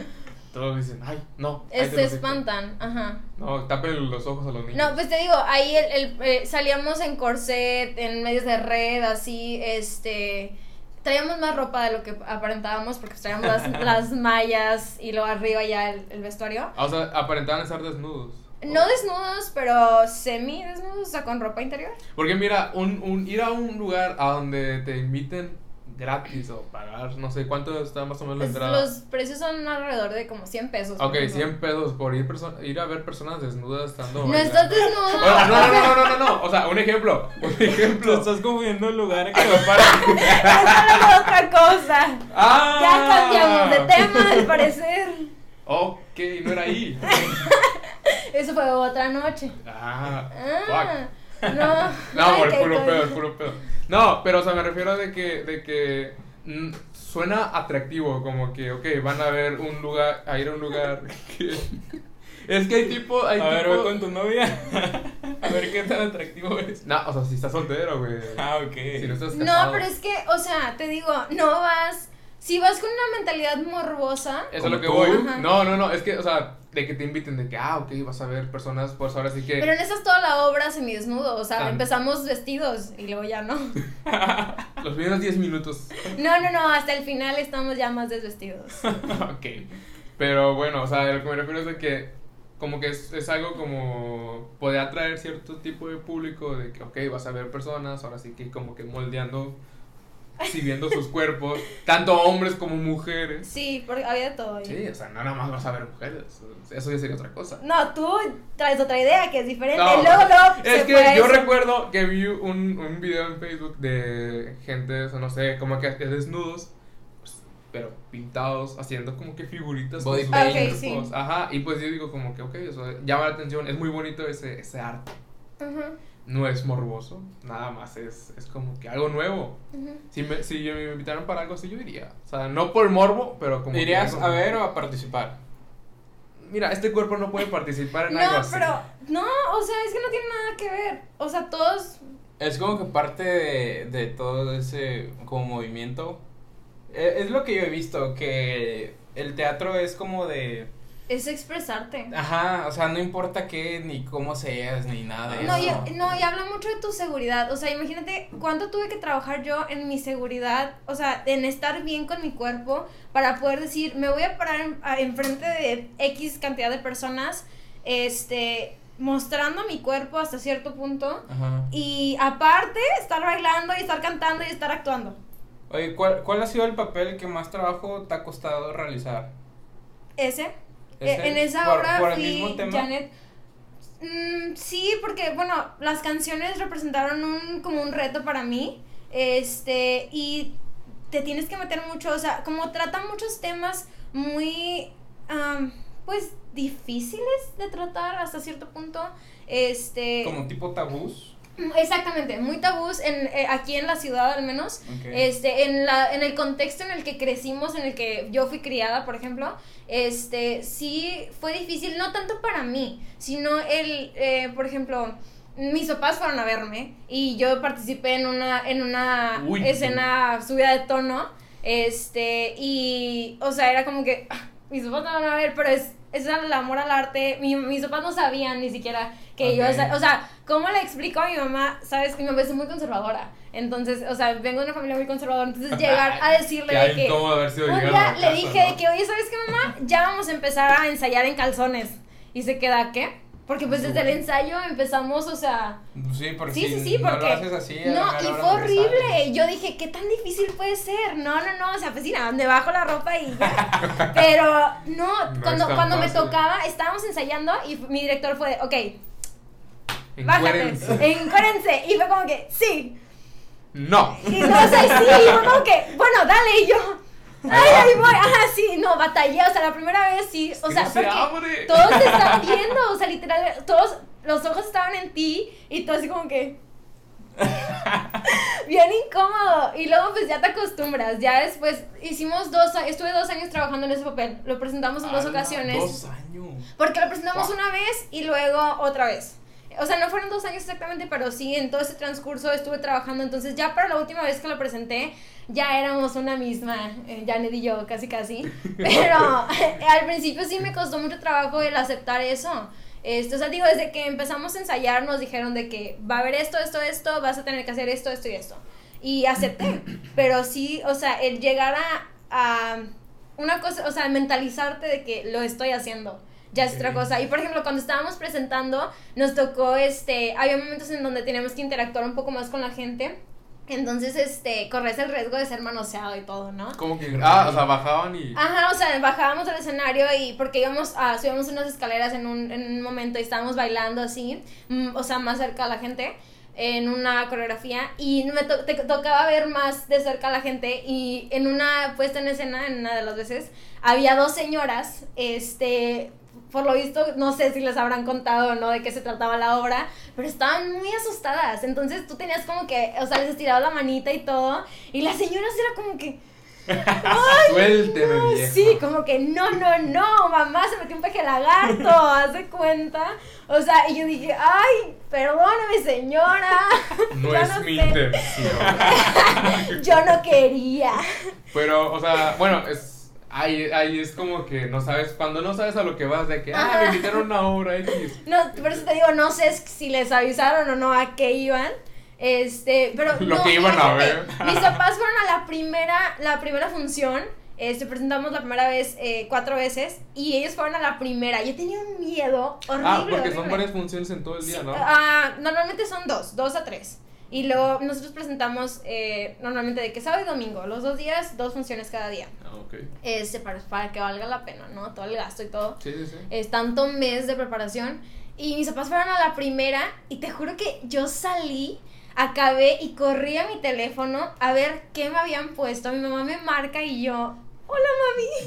Speaker 1: todos dicen, ay, no. ay,
Speaker 4: Eh,
Speaker 1: te
Speaker 4: Se
Speaker 1: lo sé".
Speaker 4: espantan, ajá.
Speaker 1: No, tapen los ojos a los niños.
Speaker 4: No, pues te digo, ahí el, el, eh, salíamos en corset, en medios de red, así, este, traíamos más ropa de lo que aparentábamos porque pues, traíamos las, las mallas y luego arriba ya el, el vestuario.
Speaker 1: Ah, O sea, aparentaban estar desnudos.
Speaker 4: No desnudos, pero semi desnudos, o sea, con ropa interior.
Speaker 1: Porque mira, un, un, ir a un lugar a donde te inviten gratis o pagar, no sé cuánto está más o menos la
Speaker 4: Pues,
Speaker 1: entrada.
Speaker 4: los precios son alrededor de como 100 pesos. por
Speaker 1: Ok,
Speaker 4: ejemplo.
Speaker 1: 100 pesos por ir, perso- ir a ver personas desnudas estando.
Speaker 4: No
Speaker 1: bailando.
Speaker 4: estás desnudo.
Speaker 1: Bueno, no, no, no, no, no, no. O sea, un ejemplo. Un
Speaker 3: Tú
Speaker 1: ejemplo.
Speaker 3: estás confundiendo el lugar
Speaker 1: Ay,
Speaker 3: que
Speaker 1: no, para.
Speaker 4: Estás hablando de otra cosa.
Speaker 1: Ah.
Speaker 4: Ya cambiamos de tema, al parecer.
Speaker 1: Ok, no era ahí.
Speaker 4: Eso fue otra noche.
Speaker 1: Ah,
Speaker 4: Ah, no.
Speaker 1: fuck. No, por
Speaker 4: Ay, qué
Speaker 1: puro pedo,
Speaker 4: cosa.
Speaker 1: el puro pedo. No, pero o sea, me refiero de que, de que mm, suena atractivo, como que, ok, van a ver un lugar, a ir a un lugar que... Es que hay tipo, hay
Speaker 3: A ver,
Speaker 1: tipo...
Speaker 3: voy con tu novia. A ver qué tan atractivo es.
Speaker 1: No, o sea, si estás soltero, güey.
Speaker 3: Ah, ok.
Speaker 1: Si no estás
Speaker 4: No,
Speaker 1: casado.
Speaker 4: pero es que, o sea, te digo, no vas. Si vas con una mentalidad morbosa,
Speaker 1: Eso es lo que
Speaker 3: Como
Speaker 1: voy.
Speaker 4: tú. Ajá.
Speaker 1: No, no, no, es que, o sea, de que te inviten, de que, ah, ok, vas a ver personas, pues ahora sí que...
Speaker 4: pero en esa es toda la obra semidesnudo, o sea,
Speaker 1: Ah.
Speaker 4: empezamos vestidos y luego ya no.
Speaker 1: Los primeros 10 minutos.
Speaker 4: No, no, no, hasta el final estamos ya más desvestidos.
Speaker 1: ok. Pero bueno, o sea, lo que me refiero es de que como que es, es algo como puede atraer cierto tipo de público de que, ok, vas a ver personas, ahora sí que como que moldeando, siguiendo sus cuerpos, tanto hombres como mujeres.
Speaker 4: Sí, porque había de todo. ahí.
Speaker 1: Sí, o sea, no nada más vas a ver mujeres, eso ya sería otra cosa.
Speaker 4: No, tú traes otra idea que es diferente.
Speaker 1: No,
Speaker 4: luego, luego
Speaker 1: Es
Speaker 4: se
Speaker 1: que
Speaker 4: fue a
Speaker 1: yo
Speaker 4: eso.
Speaker 1: recuerdo que vi un, un video en Facebook de gente, o sea, no sé, como que desnudos, pues, pero pintados, haciendo como que figuritas. con
Speaker 3: Body
Speaker 1: sus
Speaker 4: paint.
Speaker 1: cuerpos.
Speaker 4: Ok, sí.
Speaker 1: Ajá, y pues yo digo como que, ok, o sea, llama la atención, es muy bonito ese, ese arte.
Speaker 4: Ujú,
Speaker 1: No es morboso, nada más es, es como que algo nuevo.
Speaker 4: ujú.
Speaker 1: Si me, si me invitaran para algo así, yo iría. O sea, no por morbo, pero como... que
Speaker 3: ¿Irías
Speaker 1: algo
Speaker 3: a
Speaker 1: nuevo.
Speaker 3: ver o a participar?
Speaker 1: Mira, este cuerpo no puede participar en
Speaker 4: No,
Speaker 1: algo así.
Speaker 4: pero. No, o sea, es que no tiene nada que ver. O sea, todos.
Speaker 3: Es como que parte de, de todo ese como movimiento. E- Es lo que yo he visto, que el teatro es como de...
Speaker 4: Es expresarte.
Speaker 3: Ajá, o sea, no importa qué, ni cómo seas, ni nada. de
Speaker 4: No, y,
Speaker 3: eso.
Speaker 4: no, y habla mucho de tu seguridad. O sea, imagínate cuánto tuve que trabajar yo en mi seguridad, o sea, en estar bien con mi cuerpo para poder decir, me voy a parar en- a- enfrente de X cantidad de personas, este, mostrando mi cuerpo hasta cierto punto.
Speaker 3: Ajá.
Speaker 4: Y aparte, estar bailando y estar cantando y estar actuando.
Speaker 3: Oye, ¿cuál, ¿cuál ha sido el papel que más trabajo te ha costado realizar?
Speaker 4: Ese.
Speaker 3: ¿Ese?
Speaker 4: Eh, en esa
Speaker 3: Este, ¿Por-
Speaker 4: obra
Speaker 3: por el mismo
Speaker 4: fui
Speaker 3: tema?
Speaker 4: Janet. Mm, sí, porque bueno, las canciones representaron un, como un reto para mí. Este, y te tienes que meter mucho, o sea, como trata muchos temas muy am, pues difíciles de tratar hasta cierto punto. Este,
Speaker 3: Como tipo tabús.
Speaker 4: exactamente, muy tabús en, eh, aquí en la ciudad al menos.
Speaker 3: Ok.
Speaker 4: Este, en, la, en el contexto en el que crecimos, en el que yo fui criada, por ejemplo, este, sí fue difícil, no tanto para mí, sino el, eh, por ejemplo, mis papás fueron a verme y yo participé en una, en una
Speaker 1: Uy, sí.
Speaker 4: escena subida de tono, este, y, o sea, era como que, ah, mis papás no van a ver, pero es... Es el amor al arte. Mi- mis papás no sabían ni siquiera que yo.
Speaker 3: Ok.
Speaker 4: O sea, o sea, ¿cómo le explico a mi mamá? Sabes que mi mamá es muy conservadora. Entonces, o sea, vengo de una familia muy conservadora. Entonces, llegar a decirle
Speaker 1: Que
Speaker 4: de
Speaker 1: hay
Speaker 4: que.
Speaker 1: incómodo haber sido
Speaker 4: Un
Speaker 1: llegar a la
Speaker 4: día
Speaker 1: casa,
Speaker 4: le dije
Speaker 1: ¿no?
Speaker 4: de que, oye, ¿sabes qué, mamá? Ya vamos a empezar a ensayar en calzones. Y se queda, ¿qué? Porque pues desde el ensayo empezamos, o sea.
Speaker 3: Sí, porque
Speaker 4: Sí, sí,
Speaker 3: Pues si
Speaker 4: sí,
Speaker 3: no
Speaker 4: porque.
Speaker 3: lo haces así. a la
Speaker 4: no,
Speaker 3: mera
Speaker 4: y
Speaker 3: hora
Speaker 4: fue
Speaker 3: no te sale.
Speaker 4: horrible. Yo dije, ¿qué tan difícil puede ser? No, no, no. O sea, pues sí, nada, me bajo la ropa y ya. Pero no,
Speaker 1: No
Speaker 4: cuando,
Speaker 1: es tan
Speaker 4: cuando me
Speaker 1: fácil.
Speaker 4: tocaba, estábamos ensayando y mi director fue de, ok, bájate,
Speaker 1: Encuérense.
Speaker 4: encuérense. Y fue como que, sí.
Speaker 1: No.
Speaker 4: Y no, o sea, y sí, y fue como que, bueno, dale, y yo, ay, ahí voy, ajá, sí, no, batallé, o sea, la primera vez sí, o
Speaker 1: Que
Speaker 4: sea,
Speaker 1: no se
Speaker 4: porque
Speaker 1: abre.
Speaker 4: todos te están viendo, o sea, literal, todos, los ojos estaban en ti, y tú así como que, bien incómodo, y luego pues ya te acostumbras, ya después hicimos dos, a- estuve dos años trabajando en ese papel, lo
Speaker 3: Ah,
Speaker 4: presentamos en dos
Speaker 3: Ala,
Speaker 4: ocasiones.
Speaker 3: Dos años.
Speaker 4: Porque lo presentamos
Speaker 3: Wow.
Speaker 4: una vez y luego otra vez. o sea, no fueron dos años exactamente, pero sí, en todo ese transcurso estuve trabajando, entonces ya para la última vez que lo presenté, ya éramos una misma, eh, Janet y yo, casi casi, pero al principio sí me costó mucho trabajo el aceptar eso. Esto, Este, o sea, digo, desde que empezamos a ensayar nos dijeron de que va a haber esto, esto, esto, vas a tener que hacer esto, esto y esto. Y acepté, pero sí, o sea, el llegar a, a una cosa, o sea, mentalizarte de que lo estoy haciendo ya es otra cosa. Y por ejemplo, cuando estábamos presentando, nos tocó, este, había momentos en donde teníamos que interactuar un poco más con la gente. Entonces, este, corres el riesgo de ser manoseado y todo, ¿no?
Speaker 1: Como que, ah, o sea, bajaban y...
Speaker 4: Ajá, o sea, bajábamos del escenario y porque íbamos a, subíamos unas escaleras en un, en un momento y estábamos bailando así, mm, o sea, más cerca a la gente en una coreografía y me to- te tocaba ver más de cerca a la gente y en una puesta en escena, en una de las veces, había dos señoras, este, por lo visto, no sé si les habrán contado o no de qué se trataba la obra, pero estaban muy asustadas, entonces tú tenías como que, o sea, les estiraba la manita y todo, y las señoras era como que... ¡Ay,
Speaker 1: Suélteme,
Speaker 4: no,
Speaker 1: vieja.
Speaker 4: sí, como que no, no, no, mamá se metió un peje lagarto, haz de cuenta. O sea, y yo dije, ay, perdóname señora,
Speaker 1: No
Speaker 4: ya
Speaker 1: es
Speaker 4: no
Speaker 1: mi
Speaker 4: sé.
Speaker 1: intención.
Speaker 4: yo no quería.
Speaker 1: Pero, o sea, bueno, es ahí, ahí es como que no sabes, cuando no sabes a lo que vas, de que, ah,
Speaker 4: Ajá.
Speaker 1: me invitaron a una obra X.
Speaker 4: No, por eso te digo, no sé si les avisaron o no a qué iban. Este, pero
Speaker 1: Lo
Speaker 4: no,
Speaker 1: que iban a
Speaker 4: imagínate,
Speaker 1: ver.
Speaker 4: Mis papás fueron a la primera, la primera función. Este, presentamos la primera vez eh, cuatro veces y ellos fueron a la primera. Yo tenía un miedo horrible.
Speaker 1: Ah, porque
Speaker 4: horrible.
Speaker 1: son varias funciones en todo el día, ¿no?
Speaker 4: Ah, normalmente son dos, dos a tres. Y luego nosotros presentamos eh, normalmente de que sábado y domingo, los dos días, dos funciones cada día.
Speaker 1: Ah, ok.
Speaker 4: Este, para, para que valga la pena, ¿no? Todo el gasto y todo.
Speaker 1: Sí, sí, sí.
Speaker 4: Es tanto mes de preparación. Y mis papás fueron a la primera y te juro que yo salí, acabé y corrí a mi teléfono a ver qué me habían puesto. Mi mamá me marca y yo,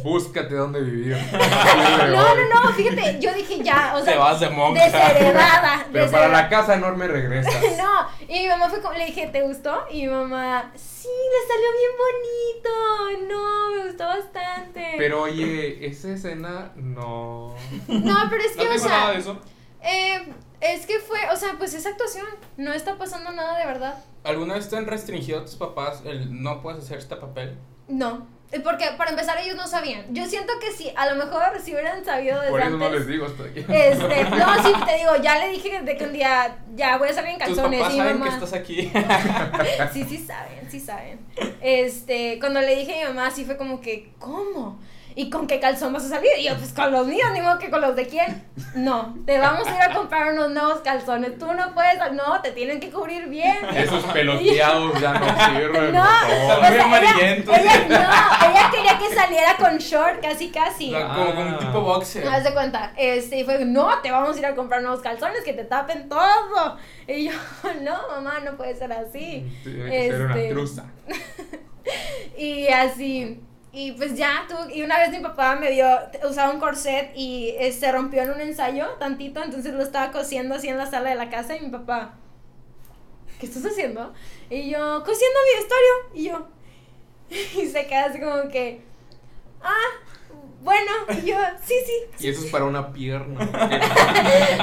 Speaker 1: Búscate dónde vivir.
Speaker 4: Eh. no, no, no, fíjate, yo dije ya, o
Speaker 3: Te
Speaker 4: sea,
Speaker 3: vas de monja.
Speaker 4: desheredada.
Speaker 1: Pero para
Speaker 4: desheredada.
Speaker 1: la casa enorme regresas.
Speaker 4: No, y mi mamá fue como, le dije, ¿te gustó? Y mi mamá, sí, le salió bien bonito, no, me gustó bastante.
Speaker 1: Pero oye, esa escena no.
Speaker 4: no, pero es
Speaker 1: No
Speaker 4: que, o
Speaker 1: tengo nada de
Speaker 4: sea,
Speaker 1: eso.
Speaker 4: eh, es que fue, o sea, pues es actuación, no está pasando nada de verdad.
Speaker 3: ¿Alguna vez te han restringido tus papás el no puedes hacer este papel?
Speaker 4: No, eh, porque para empezar ellos no sabían. Yo siento que sí, a lo mejor si hubieran sabido desde
Speaker 1: Por eso no
Speaker 4: Pues antes.
Speaker 1: les digo hasta aquí.
Speaker 4: este, no, sí, te digo, ya le dije de que un día ya voy a salir en
Speaker 3: Tus
Speaker 4: calzones
Speaker 3: papás
Speaker 4: y mi
Speaker 3: saben
Speaker 4: mamá.
Speaker 3: que estás aquí.
Speaker 4: Sí, sí saben, sí saben. Este, cuando le dije a mi mamá, sí fue como que, ¿cómo? ¿Y con qué calzón vas a salir? Y yo, pues con los míos, ni modo que con los de quién. No, te vamos a ir a comprar unos nuevos calzones. Tú no puedes, no, te tienen que cubrir bien.
Speaker 1: Esos peloteados ya no sirven,
Speaker 4: No, pues
Speaker 1: por
Speaker 4: o
Speaker 1: favor.
Speaker 4: sea, ella,
Speaker 3: amarillentos.
Speaker 4: ella- no, ella quería que saliera con short, casi, casi.
Speaker 1: Ah.
Speaker 3: Como con un tipo boxer.
Speaker 4: No, haz de cuenta, este, y fue, no, te vamos a ir a comprar nuevos calzones que te tapen todo. Y yo, no, mamá, no puede ser así.
Speaker 1: Tiene que ser una
Speaker 4: Este,
Speaker 1: truza.
Speaker 4: Y así. Y pues ya, tú, y una vez mi papá me vio, t- usaba un corset y eh, se rompió en un ensayo tantito, entonces lo estaba cosiendo así en la sala de la casa y mi papá, ¿qué estás haciendo? Y yo, cosiendo mi vestuario, y yo, y se queda así como que, ah, bueno, y yo, sí, sí,
Speaker 1: Y eso es para una pierna.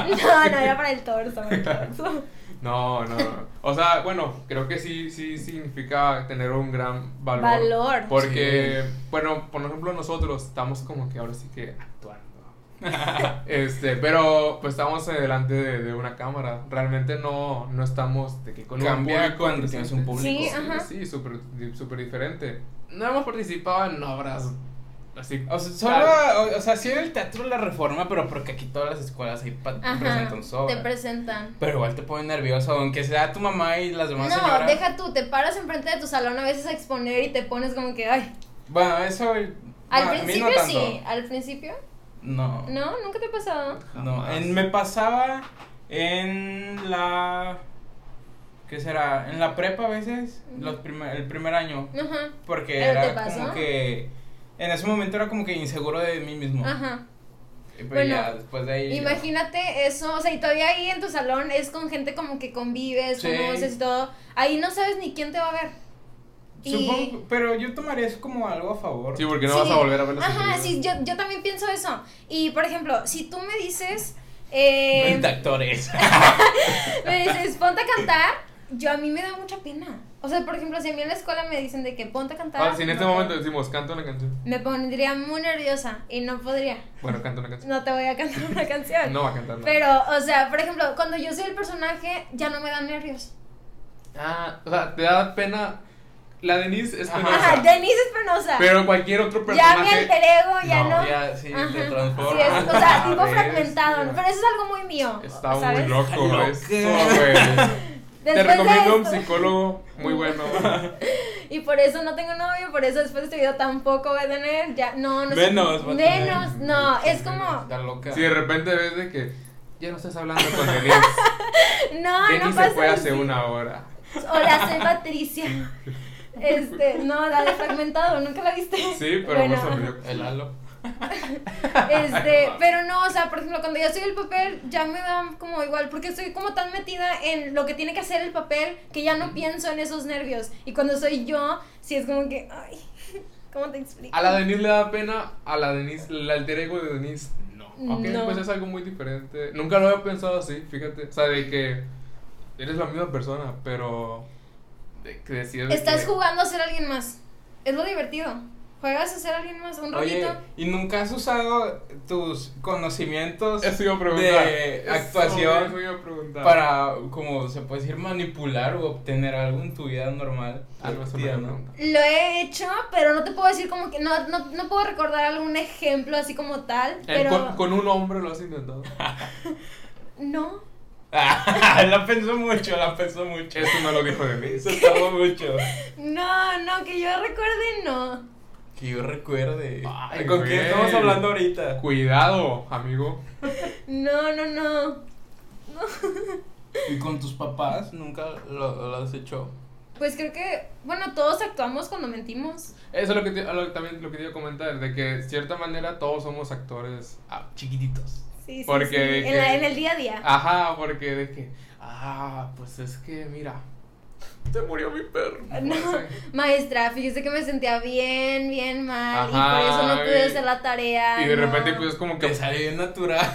Speaker 4: no, no, era para el torso, para el torso.
Speaker 1: No, no, no. O sea, bueno, creo que sí, sí significa tener un gran valor.
Speaker 4: Valor.
Speaker 1: Porque, bueno, por ejemplo, nosotros estamos como que ahora sí que actuando. este, pero pues estamos delante de, de una cámara. Realmente no, no estamos de que con
Speaker 3: Cambia
Speaker 1: un público.
Speaker 3: cuando
Speaker 1: presente.
Speaker 3: tienes un público.
Speaker 4: Sí, ajá.
Speaker 1: Sí, súper súper diferente. No hemos participado en obras así.
Speaker 3: O sea, solo, o, o sea, sí en el teatro la reforma, pero porque aquí todas las escuelas ahí pa-
Speaker 4: Ajá,
Speaker 3: presentan sobra.
Speaker 4: te presentan.
Speaker 3: pero igual te pone nervioso, aunque sea tu mamá y las demás
Speaker 4: No,
Speaker 3: señoras.
Speaker 4: deja tú, te paras enfrente de tu salón a veces a exponer y te pones como que, ay.
Speaker 3: Bueno, eso.
Speaker 1: Ah,
Speaker 4: Al
Speaker 3: bueno, a mí
Speaker 4: principio
Speaker 3: no tanto.
Speaker 4: sí, al principio.
Speaker 3: No.
Speaker 4: No, nunca te ha pasado.
Speaker 3: No,
Speaker 1: Jamás.
Speaker 3: en- me pasaba en la... ¿Qué será? En la prepa a veces, los primer- el primer año,
Speaker 4: Ajá.
Speaker 3: porque
Speaker 4: ¿Pero te
Speaker 3: era
Speaker 4: pasó?
Speaker 3: como que... En ese momento era como que inseguro de mí mismo.
Speaker 4: Ajá.
Speaker 3: Y Pero
Speaker 4: Bueno,
Speaker 3: ya después de ahí...
Speaker 4: Imagínate eso, o sea, y todavía ahí en tu salón es con gente como que convives,
Speaker 3: Sí.
Speaker 4: conoces y todo. Ahí no sabes ni quién te va a ver. Y-
Speaker 3: Supongo, pero yo tomaría eso como algo a favor.
Speaker 1: Sí, porque no
Speaker 4: Sí.
Speaker 1: vas a volver a ver las
Speaker 4: Ajá,
Speaker 1: entrevistas.
Speaker 4: sí, yo, yo también pienso eso. Y por ejemplo, si tú me dices Eh,
Speaker 3: de actores.
Speaker 4: me dices, ponte a cantar. Yo a mí me da mucha pena. O sea, por ejemplo, si a mí en la escuela me dicen de que ponte a cantar.
Speaker 1: Ah, si en este
Speaker 4: no
Speaker 1: momento
Speaker 4: puedo.
Speaker 1: decimos, canta una canción.
Speaker 4: Me pondría muy nerviosa y no podría.
Speaker 1: Bueno, canta una canción.
Speaker 4: No te voy a cantar una canción.
Speaker 1: No va a cantar nada.
Speaker 4: Pero, o sea, por ejemplo, cuando yo soy el personaje, ya no me dan nervios.
Speaker 1: Ah, o sea, te da pena. La Denise es
Speaker 3: Ajá.
Speaker 1: penosa.
Speaker 4: Ajá, Denise Espinosa.
Speaker 1: Pero cualquier otro
Speaker 4: ya me
Speaker 1: personaje.
Speaker 4: alteré ego, ya no.
Speaker 3: Ya, sí,
Speaker 4: Ajá.
Speaker 3: te
Speaker 4: Sí,
Speaker 3: transforma.
Speaker 4: es, o sea, tipo
Speaker 1: Bestia.
Speaker 4: fragmentado. ¿no? Pero eso es algo muy mío.
Speaker 1: Está
Speaker 4: ¿sabes?
Speaker 1: muy loco
Speaker 3: Loca.
Speaker 1: eso, güey. Te
Speaker 4: Después de
Speaker 1: recomiendo un
Speaker 4: esto-
Speaker 1: psicólogo muy bueno.
Speaker 4: Y por eso no tengo novio, por eso después de este video tampoco voy a tener. Ya, no, no sé-
Speaker 3: Menos, va a tener.
Speaker 4: Menos, no, es como.
Speaker 3: Está loca.
Speaker 1: Si de repente ves de que ya no estás hablando con Denise,
Speaker 4: Ah, No,
Speaker 1: Denise
Speaker 4: no pasa
Speaker 1: se fue hace
Speaker 4: así.
Speaker 1: una hora.
Speaker 4: Hola, soy Patricia. Este, no, la de fragmentado, nunca la viste.
Speaker 1: Sí, pero me
Speaker 4: Bueno,
Speaker 1: sorprendió.
Speaker 3: El halo.
Speaker 4: Este, pero no, o sea, por ejemplo, cuando yo soy el papel, ya me da como igual, porque estoy como tan metida en lo que tiene que hacer el papel que ya no pienso en esos nervios. Y cuando soy yo, sí es como que, ay, ¿cómo te explico?
Speaker 1: A la Denise le da pena, a la Denise, el alter ego de Denise, no. Ok,
Speaker 4: No.
Speaker 1: pues es algo muy diferente. Nunca lo había pensado así, fíjate. O sea, de que eres la misma persona, pero. De que decides.
Speaker 4: Estás
Speaker 1: que-
Speaker 4: jugando a ser alguien más. Es lo divertido. Juegas a ser alguien más un
Speaker 3: Oye,
Speaker 4: ratito.
Speaker 3: ¿y nunca has usado tus conocimientos
Speaker 1: Eso iba a preguntar.
Speaker 3: de
Speaker 1: Eso,
Speaker 3: actuación
Speaker 1: Eso iba a preguntar.
Speaker 3: para, como se puede decir, manipular o obtener algo en tu vida normal?
Speaker 1: Ah, no, eso me
Speaker 3: Tía,
Speaker 1: iba a
Speaker 3: ¿no?
Speaker 1: preguntar.
Speaker 4: Lo he hecho, pero no te puedo decir como que. No, no, no puedo recordar algún ejemplo así como tal.
Speaker 1: Eh,
Speaker 4: Pero.
Speaker 1: con, con un hombre lo has intentado.
Speaker 4: No.
Speaker 3: la pensó mucho, la pensó mucho.
Speaker 1: Eso no lo dijo Denise.
Speaker 3: Eso estaba mucho.
Speaker 4: No, no, que yo recuerde, no.
Speaker 3: Que yo recuerde.
Speaker 1: Ay,
Speaker 3: ¿Con quién
Speaker 1: güey.
Speaker 3: estamos hablando ahorita?
Speaker 1: Cuidado, amigo.
Speaker 4: No, no, no.
Speaker 3: ¿Y con tus papás nunca lo, lo has hecho?
Speaker 4: Pues creo que. Bueno, todos actuamos cuando mentimos.
Speaker 1: Eso es lo que te- lo- también lo que te iba a comentar, de que de cierta manera todos somos actores ah, chiquititos.
Speaker 4: Sí, sí.
Speaker 1: Porque ah,
Speaker 4: sí.
Speaker 1: de
Speaker 4: En,
Speaker 1: que-
Speaker 4: la- en el día a día.
Speaker 1: Ajá, porque de que, ah, pues es que mira, te murió mi perro.
Speaker 4: Ah, No, maestra, fíjese que me sentía bien, bien mal. y por
Speaker 1: Ajá,
Speaker 4: eso no pude
Speaker 1: y-
Speaker 4: hacer la tarea.
Speaker 1: Y de
Speaker 4: no.
Speaker 1: repente pues como que
Speaker 3: Que sale bien natural.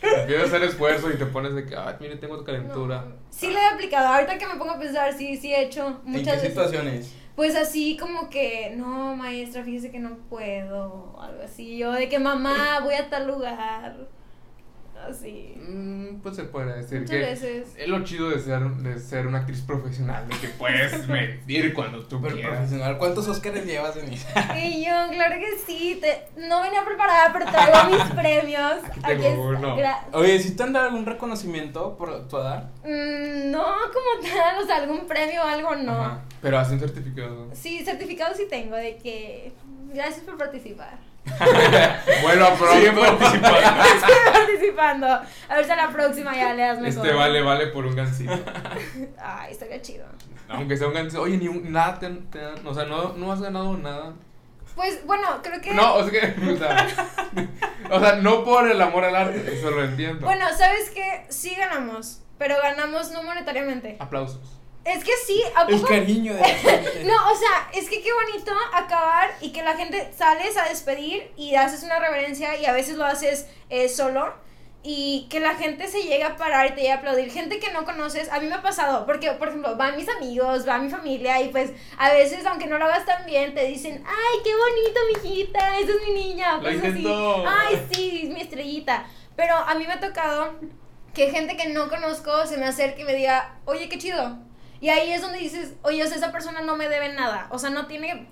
Speaker 1: empiezas a hacer esfuerzo y te pones de que, ay, mire, tengo calentura.
Speaker 4: No. Sí le he aplicado. Ahorita que me pongo a pensar, sí, sí he hecho
Speaker 3: ¿En
Speaker 4: muchas
Speaker 3: qué
Speaker 4: veces.
Speaker 3: situaciones?
Speaker 4: Pues así como que, no, maestra, fíjese que no puedo. o Algo así. Yo de que mamá, voy a tal lugar. Así.
Speaker 1: Mm, pues se puede decir
Speaker 4: Muchas
Speaker 1: que
Speaker 4: veces.
Speaker 1: es lo chido de ser, de ser una actriz profesional, de que puedes mentir cuando tú
Speaker 3: Súper
Speaker 1: quieras.
Speaker 3: profesional. ¿Cuántos Óscares llevas, Denise?
Speaker 4: Y yo, claro que sí. te- no venía preparada, pero traigo mis premios.
Speaker 1: Aquí
Speaker 4: Aquí
Speaker 1: tengo
Speaker 4: está,
Speaker 1: uno.
Speaker 4: gra-
Speaker 3: Oye, ¿sí te han dado algún reconocimiento por tu edad?
Speaker 4: Mm, no, como tal, o sea, algún premio o algo, no.
Speaker 1: Ajá, Pero hacen certificado.
Speaker 4: Sí, certificado sí tengo de que gracias por participar.
Speaker 1: Vuelvo a pronto.
Speaker 4: Estoy participando. A ver si a la próxima ya le das mejor.
Speaker 1: Este vale, vale por un gancito.
Speaker 4: Ay, estaría chido.
Speaker 1: Aunque sea un gancito. Oye, ni un, nada te, han- te han- O sea, no, no has ganado nada.
Speaker 4: Pues bueno, creo que
Speaker 1: No, o sea, que, o sea, o sea, no por el amor al arte, eso lo entiendo.
Speaker 4: bueno, ¿sabes qué? Sí ganamos, pero ganamos no
Speaker 1: Ah.
Speaker 4: monetariamente.
Speaker 1: Aplausos.
Speaker 4: Es que sí, a
Speaker 3: El
Speaker 4: poco
Speaker 3: cariño de la gente.
Speaker 4: No, o sea, es que qué bonito acabar y que la gente sales a despedir y haces una reverencia y a veces lo haces eh, solo y que la gente se llegue a parar y te llegue a aplaudir. Gente que no conoces, a mí me ha pasado, porque por ejemplo, van mis amigos, va mi familia y pues a veces aunque no lo hagas tan bien te dicen, ay, qué bonito, mijita, esa es mi niña.
Speaker 1: Lo
Speaker 4: Pues así,
Speaker 1: intentó.
Speaker 4: ay, sí, es mi estrellita. Pero a mí me ha tocado que gente que no conozco se me acerque y me diga, oye, qué chido. Y ahí es donde dices, oye, o sea, esa persona no me debe nada. O sea, no tiene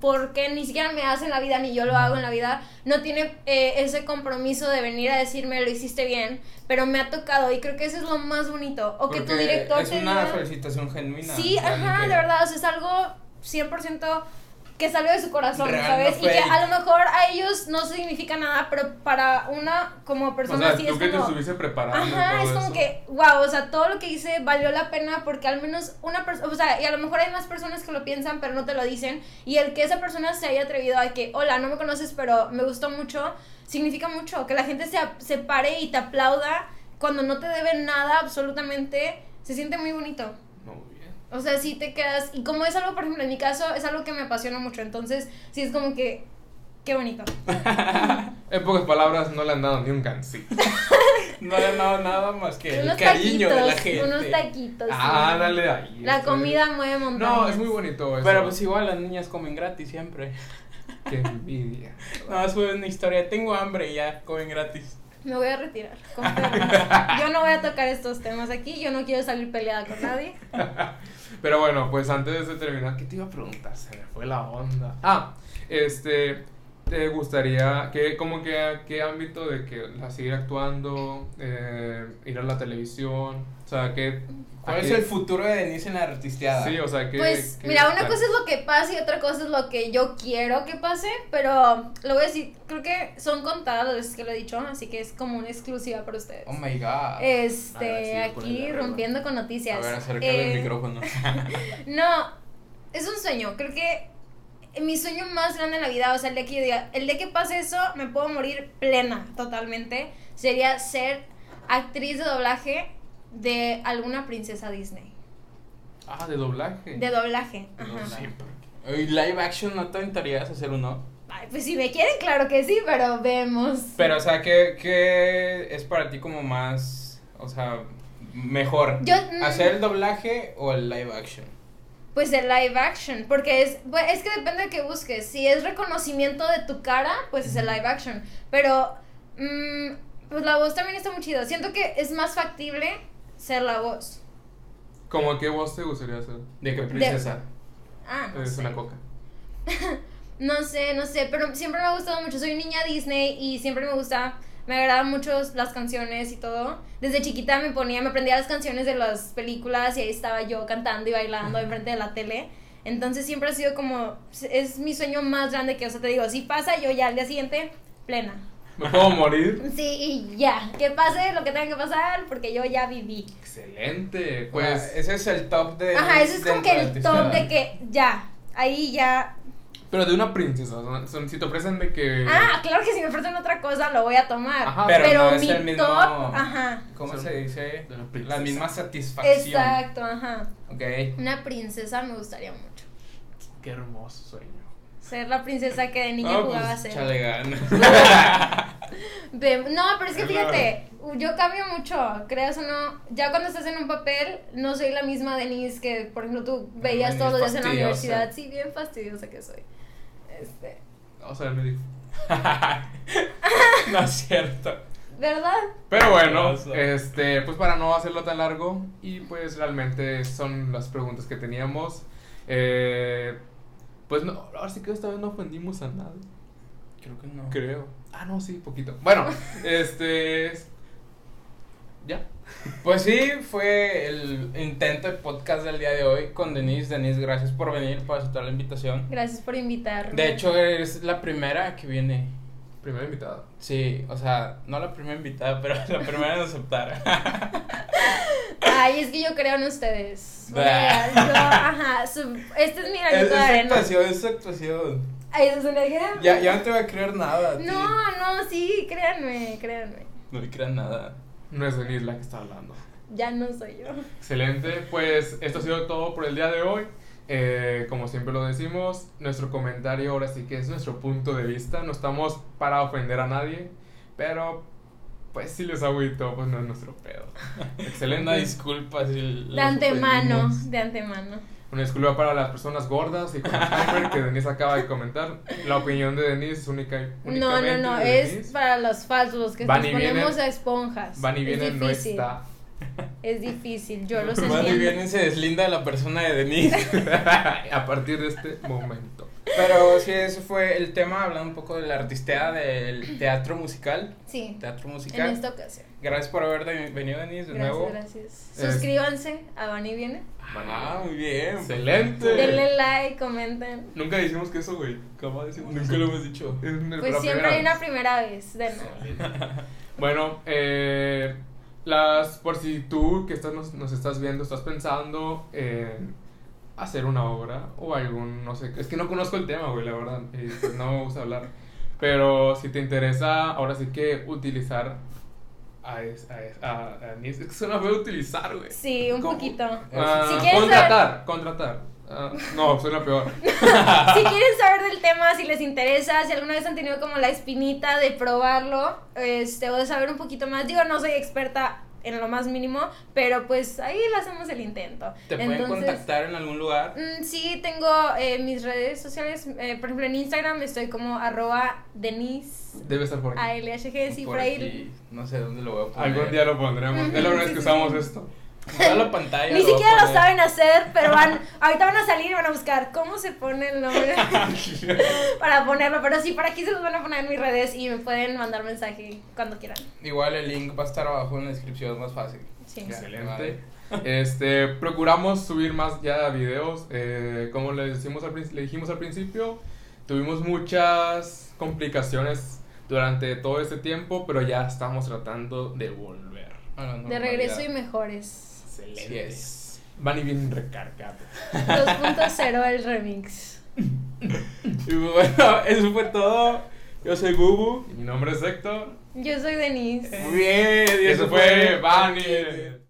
Speaker 4: por qué, ni siquiera me hace en la vida, ni yo lo hago en la vida. No tiene eh, ese compromiso de venir a decirme, lo hiciste bien, pero me ha tocado. Y creo que eso es lo más bonito. O que tu
Speaker 3: Porque
Speaker 4: director
Speaker 3: Es
Speaker 4: te
Speaker 3: una
Speaker 4: diga...
Speaker 3: felicitación genuina.
Speaker 4: Sí,
Speaker 3: Alguien
Speaker 4: ajá,
Speaker 3: que-
Speaker 4: de verdad, o sea, es algo 100% que salió de su corazón,
Speaker 3: Real,
Speaker 4: ¿sabes?
Speaker 3: no
Speaker 4: Y que
Speaker 3: fake.
Speaker 4: a lo mejor a ellos no significa nada, pero para una como
Speaker 1: O
Speaker 4: persona
Speaker 1: sea,
Speaker 4: sí
Speaker 1: tú
Speaker 4: es
Speaker 1: que te
Speaker 4: como...
Speaker 1: estuviste preparando. y
Speaker 4: Ajá,
Speaker 1: todo
Speaker 4: es como
Speaker 1: eso.
Speaker 4: que, wow, o sea, todo lo que hice valió la pena porque al menos una persona, o sea, y a lo mejor hay más personas que lo piensan pero no te lo dicen, y el que esa persona se haya atrevido a que, hola, no me conoces pero me gustó mucho, significa mucho, que la gente se, se pare y te aplauda cuando no te deben nada absolutamente, se siente muy bonito.
Speaker 1: Muy bien.
Speaker 4: O sea, si te quedas. Y como es algo, por ejemplo, en mi caso, es algo que me apasiona mucho. Entonces, sí es como que. Qué bonito.
Speaker 1: En pocas palabras, no le han dado ni un cansí.
Speaker 3: No le han dado nada más que el
Speaker 4: unos
Speaker 3: cariño
Speaker 4: taquitos,
Speaker 3: de la gente.
Speaker 4: unos taquitos.
Speaker 1: Ah,
Speaker 4: sí.
Speaker 1: dale ahí.
Speaker 4: La
Speaker 3: este,
Speaker 1: está
Speaker 4: comida mueve
Speaker 1: bien.
Speaker 4: montañas.
Speaker 1: No, es muy bonito eso.
Speaker 3: Pero pues igual las niñas comen gratis siempre.
Speaker 1: Qué envidia.
Speaker 3: Nada más fue una historia, tengo hambre y ya comen gratis.
Speaker 4: Me voy a retirar. con permiso. Yo no voy a tocar estos temas aquí. Yo no quiero salir peleada con nadie.
Speaker 1: Pero bueno, pues antes de terminar, ¿qué te iba a preguntar? Se me fue la onda. Ah, este, ¿te gustaría, que, como que a qué ámbito de que la seguir actuando, eh, ir a la televisión? O sea, ¿qué?
Speaker 3: ¿Cuál
Speaker 1: a
Speaker 3: es
Speaker 1: qué-
Speaker 3: el futuro de Denise en la artisteada?
Speaker 1: Sí, o sea, ¿qué?
Speaker 4: Pues
Speaker 1: qué-
Speaker 4: mira, una cosa es lo que pasa y otra cosa es lo que yo quiero que pase, pero lo voy a decir, creo que son contadas las veces que lo he dicho, así que es como una exclusiva para ustedes.
Speaker 3: Oh my god.
Speaker 4: este,
Speaker 1: A ver, sí, ponle la
Speaker 4: aquí
Speaker 1: regla.
Speaker 4: rompiendo con noticias.
Speaker 3: A ver, acércale
Speaker 4: Eh,
Speaker 3: el micrófono.
Speaker 4: No, es un sueño, creo que mi sueño más grande en la vida, o sea, el día que yo diga, el día que pase eso, me puedo morir plena totalmente, sería ser actriz de doblaje de alguna princesa Disney.
Speaker 1: Ah, de doblaje.
Speaker 4: De doblaje.
Speaker 1: De
Speaker 4: Ajá.
Speaker 1: doblaje.
Speaker 3: Y live action, ¿no te aventarías a hacer uno?
Speaker 4: Ay, pues si me quieren, claro que sí, pero vemos.
Speaker 3: Pero, o sea, ¿qué, qué es para ti como más, o sea, mejor?
Speaker 4: Yo, mm,
Speaker 3: ¿Hacer el doblaje o el live action?
Speaker 4: Pues el live action, porque es, bueno, es que depende de qué busques. Si es reconocimiento de tu cara, pues es el live action. Pero, mm, pues la voz también está muy chida. Siento que es más factible ser la voz.
Speaker 1: ¿Cómo qué voz te gustaría hacer?
Speaker 3: ¿De qué princesa?
Speaker 4: Ah, no
Speaker 1: Es
Speaker 4: sé.
Speaker 1: una coca.
Speaker 4: No sé, no sé, pero siempre me ha gustado mucho. Soy niña Disney y siempre me gusta, me agradan mucho las canciones y todo. Desde chiquita me ponía, me aprendía las canciones de las películas y ahí estaba yo cantando y bailando enfrente de la tele. Entonces siempre ha sido como, es mi sueño más grande que, o sea, te digo, si pasa, yo ya al día siguiente, plena.
Speaker 1: ¿Me puedo morir?
Speaker 4: Sí, y ya, que pase lo que tenga que pasar, porque yo ya viví.
Speaker 1: Excelente.
Speaker 3: Pues,
Speaker 1: Pues,
Speaker 3: ese es el top de...
Speaker 4: Ajá, ese es
Speaker 3: de
Speaker 4: como que el
Speaker 3: artisteada.
Speaker 4: top de que ya, ahí ya.
Speaker 1: pero de una princesa. o sea, Si te ofrecen de que...
Speaker 4: Ah, claro que si me ofrecen otra cosa, lo voy a tomar.
Speaker 1: Ajá,
Speaker 3: Pero,
Speaker 4: pero
Speaker 3: no es
Speaker 4: mi
Speaker 3: el mismo...
Speaker 4: top, ajá.
Speaker 3: ¿Cómo
Speaker 1: Son-
Speaker 3: se dice?
Speaker 1: de la
Speaker 3: La
Speaker 1: princesa.
Speaker 3: misma satisfacción.
Speaker 4: Exacto, ajá.
Speaker 3: Ok.
Speaker 4: Una princesa me gustaría mucho.
Speaker 1: Qué hermoso sueño.
Speaker 4: Ser la princesa que de niña
Speaker 3: No,
Speaker 4: jugaba
Speaker 3: pues,
Speaker 4: a ser.
Speaker 3: chale ganas.
Speaker 4: Ve- No, pero es que
Speaker 1: Claro.
Speaker 4: fíjate, yo cambio mucho, creas o no. Ya cuando estás en un papel, no soy la misma Denise que, por ejemplo, tú veías
Speaker 3: Denise
Speaker 4: todos los días en la
Speaker 3: fastidiosa.
Speaker 4: universidad. Sí, bien fastidiosa que soy. Este,
Speaker 1: Vamos a ver, me dijo.
Speaker 3: no es cierto.
Speaker 4: ¿Verdad?
Speaker 1: Pero bueno,
Speaker 3: Hermoso.
Speaker 1: este, pues para no hacerlo tan largo, y pues realmente son las preguntas que teníamos. Eh, pues no, ahora sí que esta vez no ofendimos a nadie,
Speaker 3: Creo que no.
Speaker 1: creo. Ah, no, sí, poquito. Bueno, este. es- Ya.
Speaker 3: Pues sí, fue el intento de podcast del día de hoy con Denise. Denise, gracias por venir, por aceptar la invitación.
Speaker 4: Gracias por invitarme.
Speaker 3: De hecho, es la primera que viene.
Speaker 1: Primer invitado.
Speaker 3: Sí, o sea, no la primera invitada, pero la primera en aceptar.
Speaker 4: Ay, es que yo creo en ustedes. Voy a
Speaker 3: Bah.
Speaker 4: llegar, yo, ajá, su- este es mi
Speaker 3: es,
Speaker 4: granito de
Speaker 3: es
Speaker 4: arena.
Speaker 3: actuación, es actuación.
Speaker 4: Ay, eso es una gran-
Speaker 3: Ya, ya no te voy a creer nada. a ti.
Speaker 4: No, no, sí, créanme, créanme.
Speaker 3: No le creas nada.
Speaker 1: No es Denise la que está hablando.
Speaker 4: Ya no soy yo.
Speaker 1: Excelente, pues esto ha sido todo por el día de hoy. Eh, como siempre lo decimos, nuestro comentario ahora sí que es nuestro punto de vista. No estamos para ofender a nadie, pero pues si les agüito, pues no es nuestro pedo. Excelente.
Speaker 3: Una disculpa si los
Speaker 4: De antemano,
Speaker 3: ofendimos.
Speaker 4: de antemano.
Speaker 1: Una disculpa para las personas gordas y con Alzheimer que Denise acaba de comentar. La opinión de Denise es única.
Speaker 4: No, no,
Speaker 1: únicamente
Speaker 4: no,
Speaker 1: de
Speaker 4: es
Speaker 1: Denise.
Speaker 4: para los falsos, los que
Speaker 1: Van
Speaker 4: nos
Speaker 1: y vienen-
Speaker 4: ponemos a esponjas.
Speaker 1: Van y
Speaker 4: Es
Speaker 1: vienen, no
Speaker 4: difícil,
Speaker 1: está.
Speaker 4: Es difícil, yo lo sé.
Speaker 3: Más de bien se deslinda la persona de Denise.
Speaker 1: a partir de este momento.
Speaker 3: Pero sí, eso fue el tema, hablando un poco de la artisteada del teatro musical.
Speaker 4: Sí,
Speaker 3: Teatro
Speaker 4: en
Speaker 3: musical.
Speaker 4: esta ocasión.
Speaker 3: Gracias por haber de- venido, Denise, de nuevo.
Speaker 4: Gracias, gracias. Suscríbanse a Van y viene.
Speaker 3: Ah, muy bien.
Speaker 1: Excelente.
Speaker 4: Denle like, comenten.
Speaker 1: Nunca dijimos que eso, güey. ¿Cómo decimos
Speaker 3: Nunca lo hemos dicho.
Speaker 1: Es una-
Speaker 4: Pues
Speaker 1: la
Speaker 4: siempre
Speaker 1: primera
Speaker 4: hay una
Speaker 1: vez.
Speaker 4: primera vez, de nada.
Speaker 1: Bueno, eh, las, por si tú que estás, nos, nos estás viendo, estás pensando en hacer una obra o algún, no sé, es que no conozco el tema, güey, la verdad, y pues no me gusta hablar. Pero si te interesa, ahora sí que utilizar a, es- a, es- a, a- es que suena feo utilizar, güey.
Speaker 4: Sí, un
Speaker 1: ¿Cómo?
Speaker 4: poquito.
Speaker 1: Ah,
Speaker 4: Si quieres
Speaker 1: contratar, contratar. Ah, no, soy la peor.
Speaker 3: Ah.
Speaker 4: si quieren saber del tema, si les interesa, si alguna vez han tenido como la espinita de probarlo, este, o de saber un poquito más, digo, no soy experta en lo más mínimo, pero pues ahí le hacemos el intento.
Speaker 3: ¿Te pueden contactar en algún lugar?
Speaker 4: mm, sí, tengo eh, mis redes sociales, eh, por ejemplo en Instagram estoy como arroba Denise
Speaker 1: Debe estar por aquí.
Speaker 4: ALHG, sí,
Speaker 3: Por
Speaker 4: por ahí.
Speaker 3: aquí, No sé dónde lo voy a poner.
Speaker 1: Algún día lo pondremos. Es la primera vez que usamos esto.
Speaker 3: Toda la pantalla.
Speaker 4: Ni
Speaker 3: voy a
Speaker 4: siquiera lo
Speaker 3: poner.
Speaker 4: saben hacer, pero van, ahorita van a salir y van a buscar cómo se pone el nombre para ponerlo, pero sí, por aquí se los van a poner en mis redes y me pueden mandar mensaje cuando quieran.
Speaker 3: Igual el link va a estar abajo en la descripción, es más fácil.
Speaker 4: Sí.
Speaker 3: Ya.
Speaker 1: Excelente. Este, procuramos subir más ya videos. eh, como le, decimos al, prin- le dijimos al principio, tuvimos muchas complicaciones durante todo este tiempo, pero ya estamos tratando de volver.
Speaker 3: A la
Speaker 4: De
Speaker 3: normalidad.
Speaker 4: regreso y mejores.
Speaker 3: Así
Speaker 1: Excelente.
Speaker 3: es.
Speaker 1: Van y vienen recargados.
Speaker 4: 2.0 el remix.
Speaker 3: Y bueno, eso fue todo. Yo soy Bubu.
Speaker 1: Mi nombre es Héctor. Eh,
Speaker 4: Yo soy Denise.
Speaker 3: Muy bien. y
Speaker 1: Eso fue Bunny.